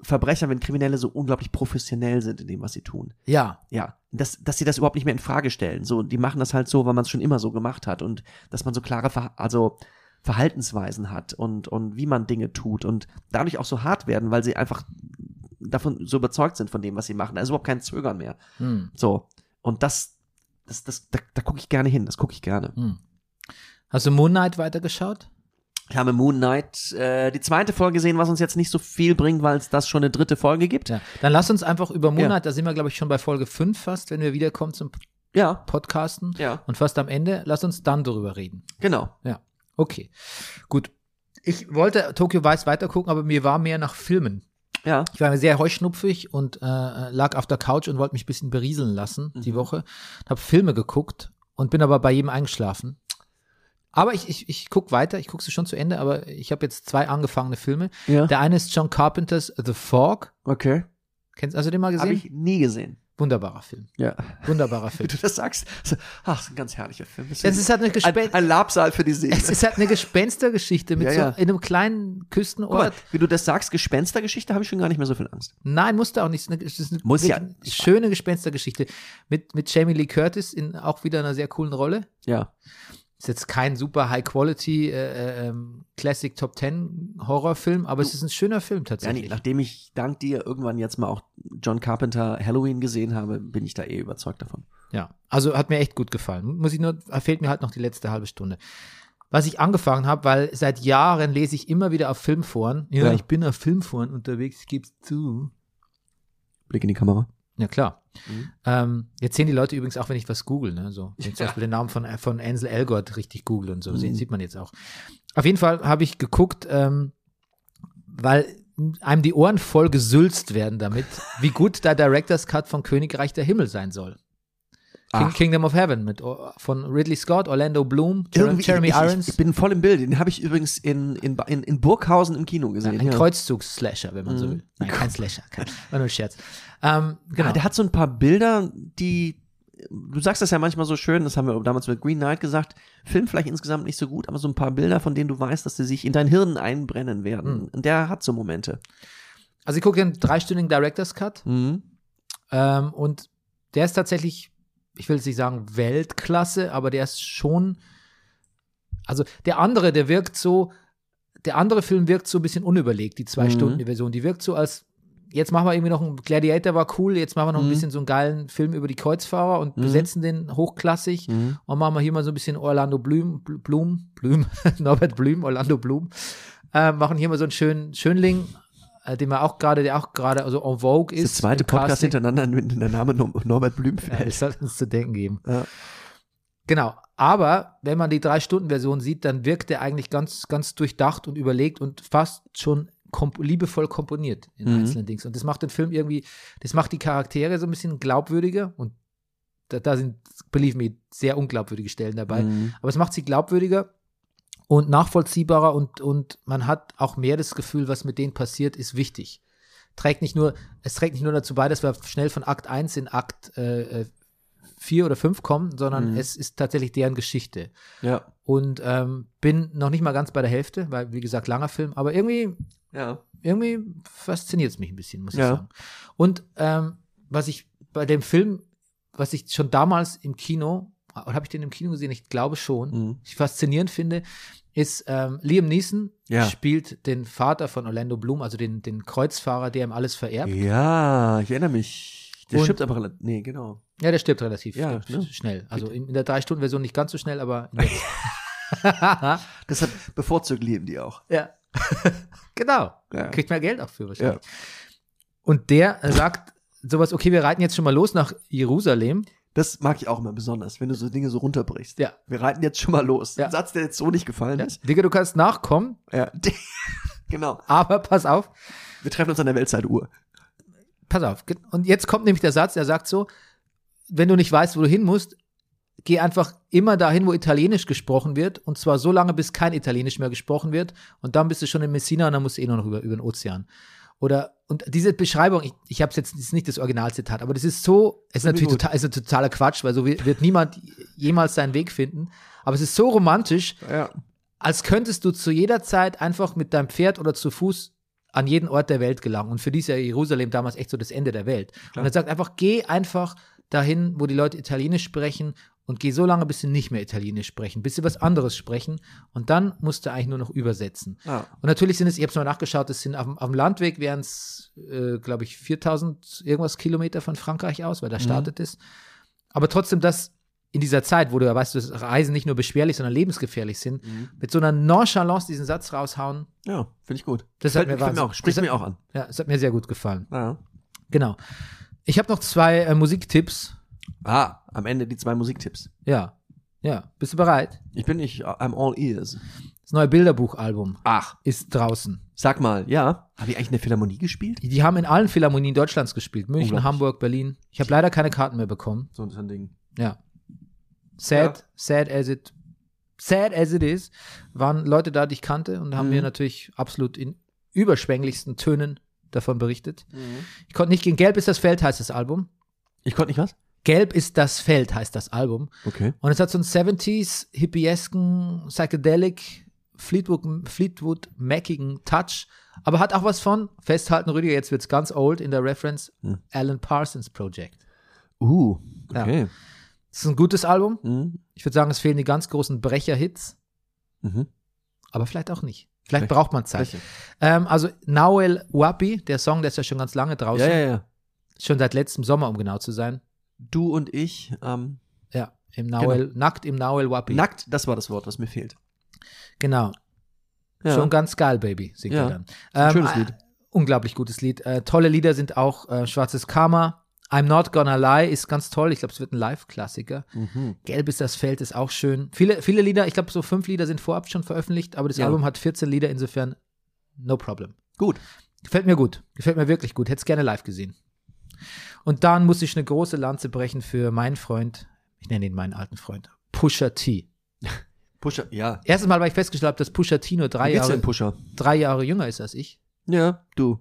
Speaker 2: Verbrecher, wenn Kriminelle so unglaublich professionell sind in dem, was sie tun.
Speaker 1: Ja.
Speaker 2: Ja, dass, dass sie das überhaupt nicht mehr in Frage stellen. So, die machen das halt so, weil man es schon immer so gemacht hat und dass man so klare Ver also Verhaltensweisen hat und, und wie man Dinge tut und dadurch auch so hart werden, weil sie einfach davon so überzeugt sind von dem, was sie machen. Da ist überhaupt kein Zögern mehr.
Speaker 1: Hm.
Speaker 2: So. Und das, das, das, da, da gucke ich gerne hin, das gucke ich gerne.
Speaker 1: Hm. Hast du Moon Knight weitergeschaut?
Speaker 2: Ich habe Moon Knight äh, die zweite Folge gesehen, was uns jetzt nicht so viel bringt, weil es das schon eine dritte Folge gibt.
Speaker 1: Ja. Dann lass uns einfach über Moon
Speaker 2: Ja.
Speaker 1: Knight, da sind wir, glaube ich, schon bei Folge 5 fast, wenn wir wiederkommen zum
Speaker 2: Ja,
Speaker 1: Podcasten.
Speaker 2: ja,
Speaker 1: Und fast am Ende, lass uns dann darüber reden.
Speaker 2: genau.
Speaker 1: Ja, okay. Gut. Ich wollte Tokyo Vice weitergucken, aber mir war mehr nach Filmen.
Speaker 2: Ja,
Speaker 1: Ich war sehr heuschnupfig und äh, lag auf der Couch und wollte mich ein bisschen berieseln lassen
Speaker 2: Mhm.
Speaker 1: die Woche. Habe Filme geguckt und bin aber bei jedem eingeschlafen. Aber ich, ich, ich gucke weiter, ich gucke sie schon zu Ende, aber ich habe jetzt zwei angefangene Filme.
Speaker 2: ja.
Speaker 1: Der eine ist John Carpenters The Fog.
Speaker 2: Okay.
Speaker 1: Kennst hast du den mal
Speaker 2: Habe
Speaker 1: gesehen?
Speaker 2: ich nie gesehen.
Speaker 1: Wunderbarer Film.
Speaker 2: Ja.
Speaker 1: Wunderbarer Film.
Speaker 2: wie du das sagst. So, Ach, ist ein ganz herrlicher Film.
Speaker 1: Das ist halt eine
Speaker 2: ein,
Speaker 1: Gespenst.
Speaker 2: ein Labsaal für die Seele.
Speaker 1: Es ist halt eine Gespenstergeschichte mit
Speaker 2: Ja, ja.
Speaker 1: so in einem kleinen
Speaker 2: Guck mal,
Speaker 1: Küstenort.
Speaker 2: wie du das sagst, Gespenstergeschichte, habe ich schon gar nicht mehr so viel Angst.
Speaker 1: Nein, musste auch nicht. Es ist eine- Es ist eine
Speaker 2: Muss ja.
Speaker 1: wirklich schöne Gespenstergeschichte mit, mit Jamie Lee Curtis in auch wieder einer sehr coolen Rolle.
Speaker 2: Ja.
Speaker 1: Ist jetzt kein super High-Quality äh, ähm, Classic Top Ten Horrorfilm, aber es ist ein schöner Film
Speaker 2: Jani,
Speaker 1: tatsächlich.
Speaker 2: nachdem ich dank dir irgendwann jetzt mal auch John Carpenter Halloween gesehen habe, bin ich da eh überzeugt davon.
Speaker 1: Ja, also hat mir echt gut gefallen. Muss ich nur, fehlt mir halt noch die letzte halbe Stunde. was ich angefangen habe, weil seit Jahren lese ich immer wieder auf Filmforen. Ja,
Speaker 2: Ja.
Speaker 1: ich bin auf Filmforen unterwegs, gib's zu.
Speaker 2: Blick in die Kamera.
Speaker 1: Ja, klar.
Speaker 2: Mhm.
Speaker 1: Ähm, jetzt sehen die Leute übrigens auch, wenn ich was google, ne? so, wenn ich zum
Speaker 2: Ja.
Speaker 1: Beispiel den Namen von, äh, von Ansel Elgort richtig google und so,
Speaker 2: Mhm.
Speaker 1: sehen, sieht man jetzt auch. Auf jeden Fall habe ich geguckt, ähm, weil einem die Ohren voll gesülzt werden damit, wie gut der Director's Cut von Königreich der Himmel sein soll. King,
Speaker 2: Ach.
Speaker 1: Kingdom of Heaven mit, O- von Ridley Scott, Orlando Bloom, Jer-
Speaker 2: Irgendwie-
Speaker 1: Jeremy
Speaker 2: ich,
Speaker 1: Irons.
Speaker 2: Ich, ich bin voll im Bild. Den habe ich übrigens in, in, Ba- in, in Burghausen im Kino gesehen.
Speaker 1: ein
Speaker 2: ja.
Speaker 1: Kreuzzugs-Slasher, wenn man so
Speaker 2: Mhm.
Speaker 1: will. Nein, kein Slasher, kein, war nur ein Scherz. Ähm, genau.
Speaker 2: Ah, der hat so ein paar Bilder, die, du sagst das ja manchmal so schön, das haben wir damals mit Green Knight gesagt, Film vielleicht insgesamt nicht so gut, aber so ein paar Bilder, von denen du weißt, dass sie sich in dein Hirn einbrennen werden.
Speaker 1: Mhm.
Speaker 2: Und der hat so Momente.
Speaker 1: also ich gucke den dreistündigen Director's Cut.
Speaker 2: Hm,
Speaker 1: Ähm, und der ist tatsächlich, ich will jetzt nicht sagen Weltklasse, aber der ist schon, also der andere, der wirkt so, der andere Film wirkt so ein bisschen unüberlegt, die zwei
Speaker 2: Mhm.
Speaker 1: Stunden die Version, die wirkt so als, jetzt machen wir irgendwie noch einen Gladiator war cool, jetzt machen wir noch ein
Speaker 2: Mhm.
Speaker 1: bisschen so einen geilen Film über die Kreuzfahrer und
Speaker 2: Mhm.
Speaker 1: besetzen den hochklassig
Speaker 2: hm.
Speaker 1: und machen wir hier mal so ein bisschen Orlando Blüm, Bl- Blum, Blüm, Norbert Blüm, Orlando Blum, äh, machen hier mal so einen schönen Schönling, äh, den wir auch gerade, der auch gerade also en vogue
Speaker 2: Das
Speaker 1: ist.
Speaker 2: ist der zweite
Speaker 1: im
Speaker 2: Podcast
Speaker 1: Casting.
Speaker 2: hintereinander, in dem der Name Nor Norbert Blüm
Speaker 1: Ja,
Speaker 2: fällt.
Speaker 1: Es hat uns zu denken gegeben.
Speaker 2: Ja.
Speaker 1: Genau. Aber wenn man die Drei-Stunden-Version sieht, dann wirkt der eigentlich ganz, ganz durchdacht und überlegt und fast schon komp liebevoll komponiert in
Speaker 2: Mhm.
Speaker 1: einzelnen Dings. Und das macht den Film irgendwie, das macht die Charaktere so ein bisschen glaubwürdiger und da, da sind, believe me, sehr unglaubwürdige Stellen dabei.
Speaker 2: Mhm.
Speaker 1: Aber es macht sie glaubwürdiger und nachvollziehbarer und, und man hat auch mehr das Gefühl, was mit denen passiert, ist wichtig. Trägt nicht nur, es trägt nicht nur dazu bei, dass wir schnell von Akt 1 in Akt äh, äh, 4 oder 5 kommen, sondern
Speaker 2: Mhm.
Speaker 1: es ist tatsächlich deren Geschichte.
Speaker 2: Ja.
Speaker 1: Und ähm, bin noch nicht mal ganz bei der Hälfte, weil, wie gesagt, langer Film, aber irgendwie
Speaker 2: Ja.
Speaker 1: irgendwie fasziniert es mich ein bisschen, muss
Speaker 2: Ja.
Speaker 1: ich sagen. Und ähm, was ich bei dem Film, was ich schon damals im Kino, oder habe ich den im Kino gesehen? Ich glaube schon.
Speaker 2: Mhm.
Speaker 1: Ich faszinierend finde, ist ähm, Liam Neeson
Speaker 2: Ja.
Speaker 1: spielt den Vater von Orlando Bloom, also den, den Kreuzfahrer, der ihm alles vererbt.
Speaker 2: Ja, ich erinnere mich. Der
Speaker 1: Und-
Speaker 2: schippt aber rela- Nee, genau.
Speaker 1: Ja, der stirbt relativ
Speaker 2: Ja,
Speaker 1: sch-
Speaker 2: ne?
Speaker 1: schnell. Also in, in der Drei-Stunden-Version nicht ganz so schnell, aber. in der-
Speaker 2: Deshalb bevorzugt Liam die auch.
Speaker 1: ja. genau.
Speaker 2: Ja.
Speaker 1: Kriegt mehr Geld auch für wahrscheinlich. Und der äh, sagt sowas, okay, wir reiten jetzt schon mal los nach Jerusalem.
Speaker 2: Das mag ich auch immer besonders, wenn du so Dinge so runterbrichst.
Speaker 1: Ja.
Speaker 2: Wir reiten jetzt schon mal los.
Speaker 1: Ja.
Speaker 2: Ein Satz, der jetzt so nicht gefallen
Speaker 1: Ja.
Speaker 2: ist.
Speaker 1: Digga, du kannst nachkommen,
Speaker 2: Ja. genau.
Speaker 1: aber pass auf,
Speaker 2: Wir treffen uns an der Weltzeituhr.
Speaker 1: pass auf. Ge- Und jetzt kommt nämlich der Satz, der sagt so, wenn du nicht weißt, wo du hin musst, geh einfach immer dahin, wo Italienisch gesprochen wird und zwar so lange, bis kein Italienisch mehr gesprochen wird und dann bist du schon in Messina und dann musst du eh nur noch über, über den Ozean. Oder, und diese Beschreibung, ich, ich habe jetzt das ist nicht das Originalzitat, aber das ist so, es ist
Speaker 2: Finde ich
Speaker 1: natürlich
Speaker 2: gut.
Speaker 1: total, ist ein totaler Quatsch, weil so wird wird niemand jemals seinen Weg finden, aber es ist so romantisch,
Speaker 2: Ja.
Speaker 1: als könntest du zu jeder Zeit einfach mit deinem Pferd oder zu Fuß an jeden Ort der Welt gelangen. Und für die ist ja Jerusalem damals echt so das Ende der Welt.
Speaker 2: Klar.
Speaker 1: Und er sagt einfach, geh einfach dahin, wo die Leute Italienisch sprechen und geh so lange, bis sie nicht mehr Italienisch sprechen, bis sie was anderes sprechen. Und dann musst du eigentlich nur noch übersetzen.
Speaker 2: Ah.
Speaker 1: Und natürlich sind es, ich habe es mal nachgeschaut, es sind auf, dem- auf dem Landweg wären es, äh, glaube ich, 4000 irgendwas Kilometer von Frankreich aus, weil da
Speaker 2: Mhm.
Speaker 1: startet es. Aber trotzdem, das in dieser Zeit, wo du ja weißt, dass Reisen nicht nur beschwerlich, sondern lebensgefährlich sind,
Speaker 2: Mhm.
Speaker 1: mit so einer Nonchalance diesen Satz raushauen,
Speaker 2: Ja, finde ich gut.
Speaker 1: Das hat mir
Speaker 2: Gefällt- gefällt
Speaker 1: Wahnsinn-
Speaker 2: auch,
Speaker 1: das
Speaker 2: spricht
Speaker 1: hat-
Speaker 2: mir auch an.
Speaker 1: ja, das hat mir sehr gut gefallen.
Speaker 2: Ja.
Speaker 1: Genau. Ich habe noch zwei äh, Musiktipps.
Speaker 2: Ah, am Ende die zwei Musiktipps.
Speaker 1: Ja, ja. Bist du bereit?
Speaker 2: Ich bin nicht, äh, I'm all ears.
Speaker 1: Das neue Bilderbuchalbum
Speaker 2: Ach,
Speaker 1: ist draußen.
Speaker 2: sag mal, ja. Habe ich eigentlich eine Philharmonie gespielt?
Speaker 1: Die haben in allen Philharmonien Deutschlands gespielt. München,
Speaker 2: Unglaublich.
Speaker 1: Hamburg, Berlin. Ich habe leider keine Karten mehr bekommen.
Speaker 2: So ein Ding.
Speaker 1: Ja. Sad,
Speaker 2: Ja.
Speaker 1: sad as it, sad as it is, waren Leute da, die ich kannte und haben
Speaker 2: Mhm.
Speaker 1: mir natürlich absolut in überschwänglichsten Tönen davon berichtet.
Speaker 2: Mhm.
Speaker 1: Ich konnte nicht gehen. Gelb ist das Feld, heißt das Album.
Speaker 2: Ich konnte nicht was?
Speaker 1: Gelb ist das Feld, heißt das Album.
Speaker 2: Okay.
Speaker 1: Und es hat so einen 70s, hippiesken, psychedelic, Fleetwood, Fleetwood Mackigen Touch, aber hat auch was von, festhalten, Rüdiger, jetzt wird's ganz old in der Reference,
Speaker 2: Hm.
Speaker 1: Alan Parsons Project.
Speaker 2: Uh,
Speaker 1: Ja.
Speaker 2: okay.
Speaker 1: Es ist ein gutes Album.
Speaker 2: Mhm.
Speaker 1: Ich würde sagen, es fehlen die ganz großen Brecher-Hits,
Speaker 2: Mhm.
Speaker 1: aber vielleicht auch nicht. Vielleicht
Speaker 2: Vielleicht-
Speaker 1: braucht man Zeit. Ähm, also Nawel Wapi, der Song, der ist ja schon ganz lange
Speaker 2: Ja,
Speaker 1: draußen,
Speaker 2: ja, ja.
Speaker 1: schon seit letztem Sommer, um genau zu sein.
Speaker 2: Du und ich, ähm, Genau.
Speaker 1: Ja, im Nawel, nackt im Nawel Wapi.
Speaker 2: nackt, das war das Wort, was mir fehlt.
Speaker 1: Genau.
Speaker 2: Ja. Ähm,
Speaker 1: Schon ganz geil, Baby, singt
Speaker 2: Ja.
Speaker 1: er dann. Ähm,
Speaker 2: schönes Lied.
Speaker 1: Äh, unglaublich gutes Lied. Äh, tolle Lieder sind auch äh, Schwarzes Karma. I'm Not Gonna Lie ist ganz toll. Ich glaube, es wird ein Live-Klassiker.
Speaker 2: Mhm.
Speaker 1: Gelb ist das Feld ist auch schön. Viele, viele Lieder, ich glaube, so fünf Lieder sind vorab schon veröffentlicht, aber das
Speaker 2: Ja.
Speaker 1: Album hat 14 Lieder, insofern no problem.
Speaker 2: Gut.
Speaker 1: Gefällt mir gut. Gefällt mir wirklich gut. Hätte es gerne live gesehen. Und dann muss ich eine große Lanze brechen für meinen Freund, ich nenne ihn meinen alten Freund, Pusha T.
Speaker 2: Pusher, ja.
Speaker 1: Erstes Mal, weil ich festgestellt habe, dass Pusha T nur drei
Speaker 2: Wie geht's
Speaker 1: Jahre,
Speaker 2: denn, Pusher?
Speaker 1: drei Jahre jünger ist als ich.
Speaker 2: Ja, du.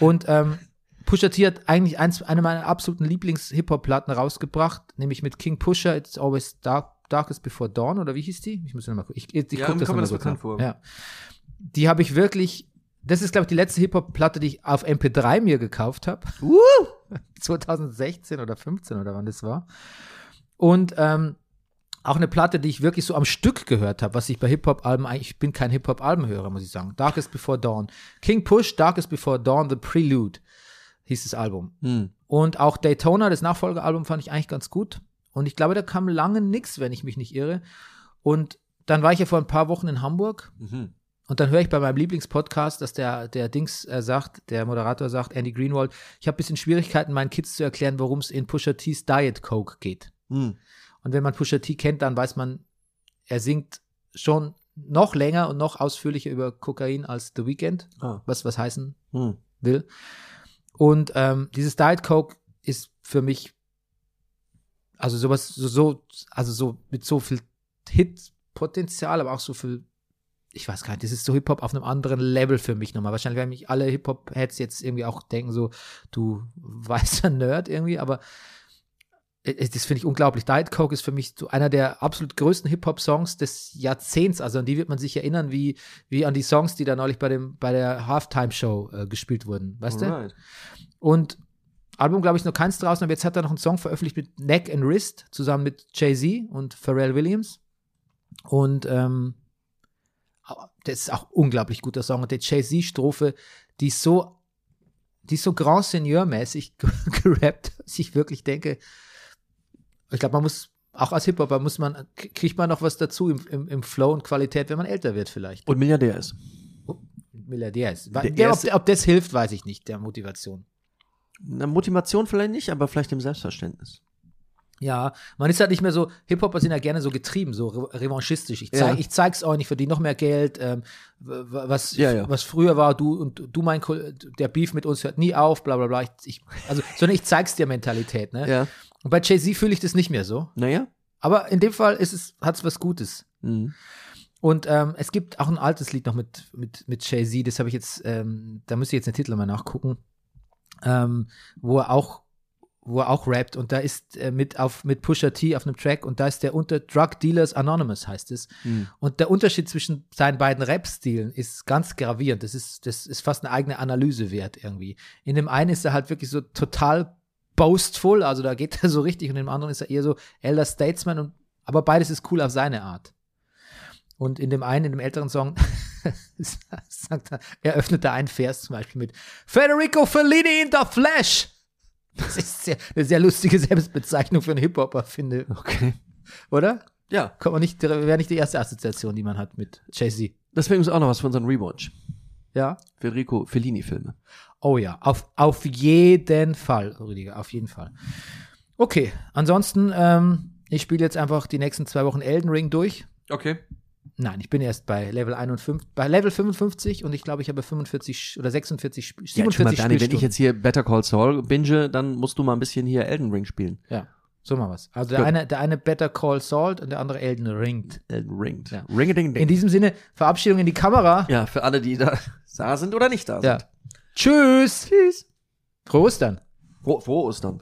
Speaker 1: Und ähm, Pusha T hat eigentlich eins, eine meiner absoluten Lieblings-Hip-Hop-Platten rausgebracht, nämlich mit King Pusha, It's Always Dark, Darkest Before Dawn, oder wie hieß die? Ich muss nochmal gucken. Ich, ich, ich
Speaker 2: Ja,
Speaker 1: guck
Speaker 2: mir
Speaker 1: das nochmal
Speaker 2: kommt das
Speaker 1: kurz
Speaker 2: bekannt
Speaker 1: nach.
Speaker 2: vor.
Speaker 1: Ja. Die habe ich wirklich, das ist, glaube ich, die letzte Hip-Hop-Platte, die ich auf MP3 mir gekauft habe.
Speaker 2: Uh!
Speaker 1: 2016 oder 15 oder wann das war. Und ähm, auch eine Platte, die ich wirklich so am Stück gehört habe, was ich bei Hip-Hop-Alben eigentlich, ich bin kein Hip-Hop-Albenhörer, muss ich sagen. Darkest Before Dawn. King Push, Darkest Before Dawn, The Prelude hieß das Album.
Speaker 2: Hm.
Speaker 1: Und auch Daytona, das Nachfolgealbum, fand ich eigentlich ganz gut. Und ich glaube, da kam lange nichts, wenn ich mich nicht irre. Und dann war ich ja vor ein paar Wochen in Hamburg
Speaker 2: Mhm.
Speaker 1: und dann höre ich bei meinem Lieblingspodcast, dass der, der Dings äh, sagt, der Moderator sagt, Andy Greenwald, ich habe ein bisschen Schwierigkeiten, meinen Kids zu erklären, worum es in Pusha T's Diet Coke geht.
Speaker 2: Hm.
Speaker 1: Und wenn man Pusha T kennt, dann weiß man, er singt schon noch länger und noch ausführlicher über Kokain als The Weeknd,
Speaker 2: Ah.
Speaker 1: was was heißen
Speaker 2: Hm.
Speaker 1: will. Und ähm, dieses Diet Coke ist für mich, also sowas, so, so also so mit so viel Hit-Potenzial, aber auch so viel, ich weiß gar nicht, das ist so Hip-Hop auf einem anderen Level für mich nochmal. Wahrscheinlich werden mich alle Hip-Hop-Heads jetzt irgendwie auch denken, so, du weißer Nerd irgendwie, aber äh, äh, das finde ich unglaublich. Diet Coke ist für mich so einer der absolut größten Hip-Hop-Songs des Jahrzehnts. Also an die wird man sich erinnern, wie, wie an die Songs, die da neulich bei, dem, bei der Halftime-Show äh, gespielt wurden. Weißt du?
Speaker 2: Alright.
Speaker 1: Und Album, glaube ich, noch keins draußen, aber jetzt hat er noch einen Song veröffentlicht mit Neck and Wrist, zusammen mit Jay-Z und Pharrell Williams. Und ähm, au- das ist auch ein unglaublich guter Song. Und der Jay-Z-Strophe, die ist so, die ist so Grand Seigneur-mäßig ge- gerappt, dass ich wirklich denke, ich glaube, man muss, auch als Hip-Hopper muss man, k- kriegt man noch was dazu im, im, im Flow und Qualität, wenn man älter wird vielleicht.
Speaker 2: Und Milliardär ist.
Speaker 1: Milliardär ist.
Speaker 2: Der
Speaker 1: Der, ob,
Speaker 2: erste-
Speaker 1: ob das hilft, weiß ich nicht, der Motivation.
Speaker 2: Na, Motivation vielleicht nicht, aber vielleicht im Selbstverständnis.
Speaker 1: Ja, man ist halt nicht mehr so, Hip-Hopper sind ja gerne so getrieben, so re revanchistisch. Ich, zeig,
Speaker 2: Ja.
Speaker 1: ich zeig's euch, ich verdiene noch mehr Geld. Ähm, w- w- was,
Speaker 2: Ja, ja.
Speaker 1: was früher war, du und du, mein Ko- der Beef mit uns hört nie auf, bla bla bla. Ich, ich, also, sondern ich zeig's dir Mentalität, ne?
Speaker 2: Ja.
Speaker 1: Und bei Jay-Z fühle ich das nicht mehr so.
Speaker 2: Naja.
Speaker 1: Aber in dem Fall ist es, hat's was Gutes.
Speaker 2: Mhm.
Speaker 1: Und ähm, es gibt auch ein altes Lied noch mit, mit, mit Jay-Z, das habe ich jetzt, ähm, da müsste ich jetzt den Titel mal nachgucken, ähm, wo er auch wo er auch rappt und da ist äh, mit auf mit Pusha T auf einem Track und da ist der unter Drug Dealers Anonymous heißt es
Speaker 2: Mhm.
Speaker 1: und der Unterschied zwischen seinen beiden Rap-Stilen ist ganz gravierend. Das ist, das ist fast eine eigene Analyse wert irgendwie. In dem einen ist er halt wirklich so total boastful, also da geht er so richtig, und im anderen ist er eher so Elder Statesman, und, aber beides ist cool auf seine Art. Und in dem einen, in dem älteren Song, sagt er, er öffnet da einen Vers zum Beispiel mit Federico Fellini in the Flash. Das ist sehr, eine sehr lustige Selbstbezeichnung für einen Hip-Hopper, finde,
Speaker 2: Okay.
Speaker 1: oder?
Speaker 2: Ja.
Speaker 1: Kommt man nicht, wäre nicht die erste Assoziation, die man hat mit Jay-Z.
Speaker 2: Deswegen ist auch noch was für unseren Rewatch.
Speaker 1: Ja?
Speaker 2: Federico Fellini-Filme.
Speaker 1: Oh ja, auf, auf jeden Fall, Rüdiger, auf jeden Fall. Okay, ansonsten, ähm, ich spiele jetzt einfach die nächsten zwei Wochen Elden Ring durch.
Speaker 2: Okay.
Speaker 1: Nein, ich bin erst bei Level 51, bei Level 55 und ich glaube, ich habe 45 Sch- oder 46, Sp-
Speaker 2: Ja, entschuldige
Speaker 1: 47
Speaker 2: mal, Dani, wenn ich jetzt hier Better Call Saul binge, dann musst du mal ein bisschen hier Elden Ring spielen.
Speaker 1: ja, so mal was. Also der
Speaker 2: Gut.
Speaker 1: eine, der eine Better Call Salt und der andere Elden Ring.
Speaker 2: Elden Ring.
Speaker 1: Ja.
Speaker 2: Ring a ding
Speaker 1: In diesem Sinne, Verabschiedung in die Kamera.
Speaker 2: Ja, für alle, die da, da sind oder nicht da sind.
Speaker 1: Tschüss.
Speaker 2: Tschüss.
Speaker 1: Frohe Ostern.
Speaker 2: Fro frohe Ostern.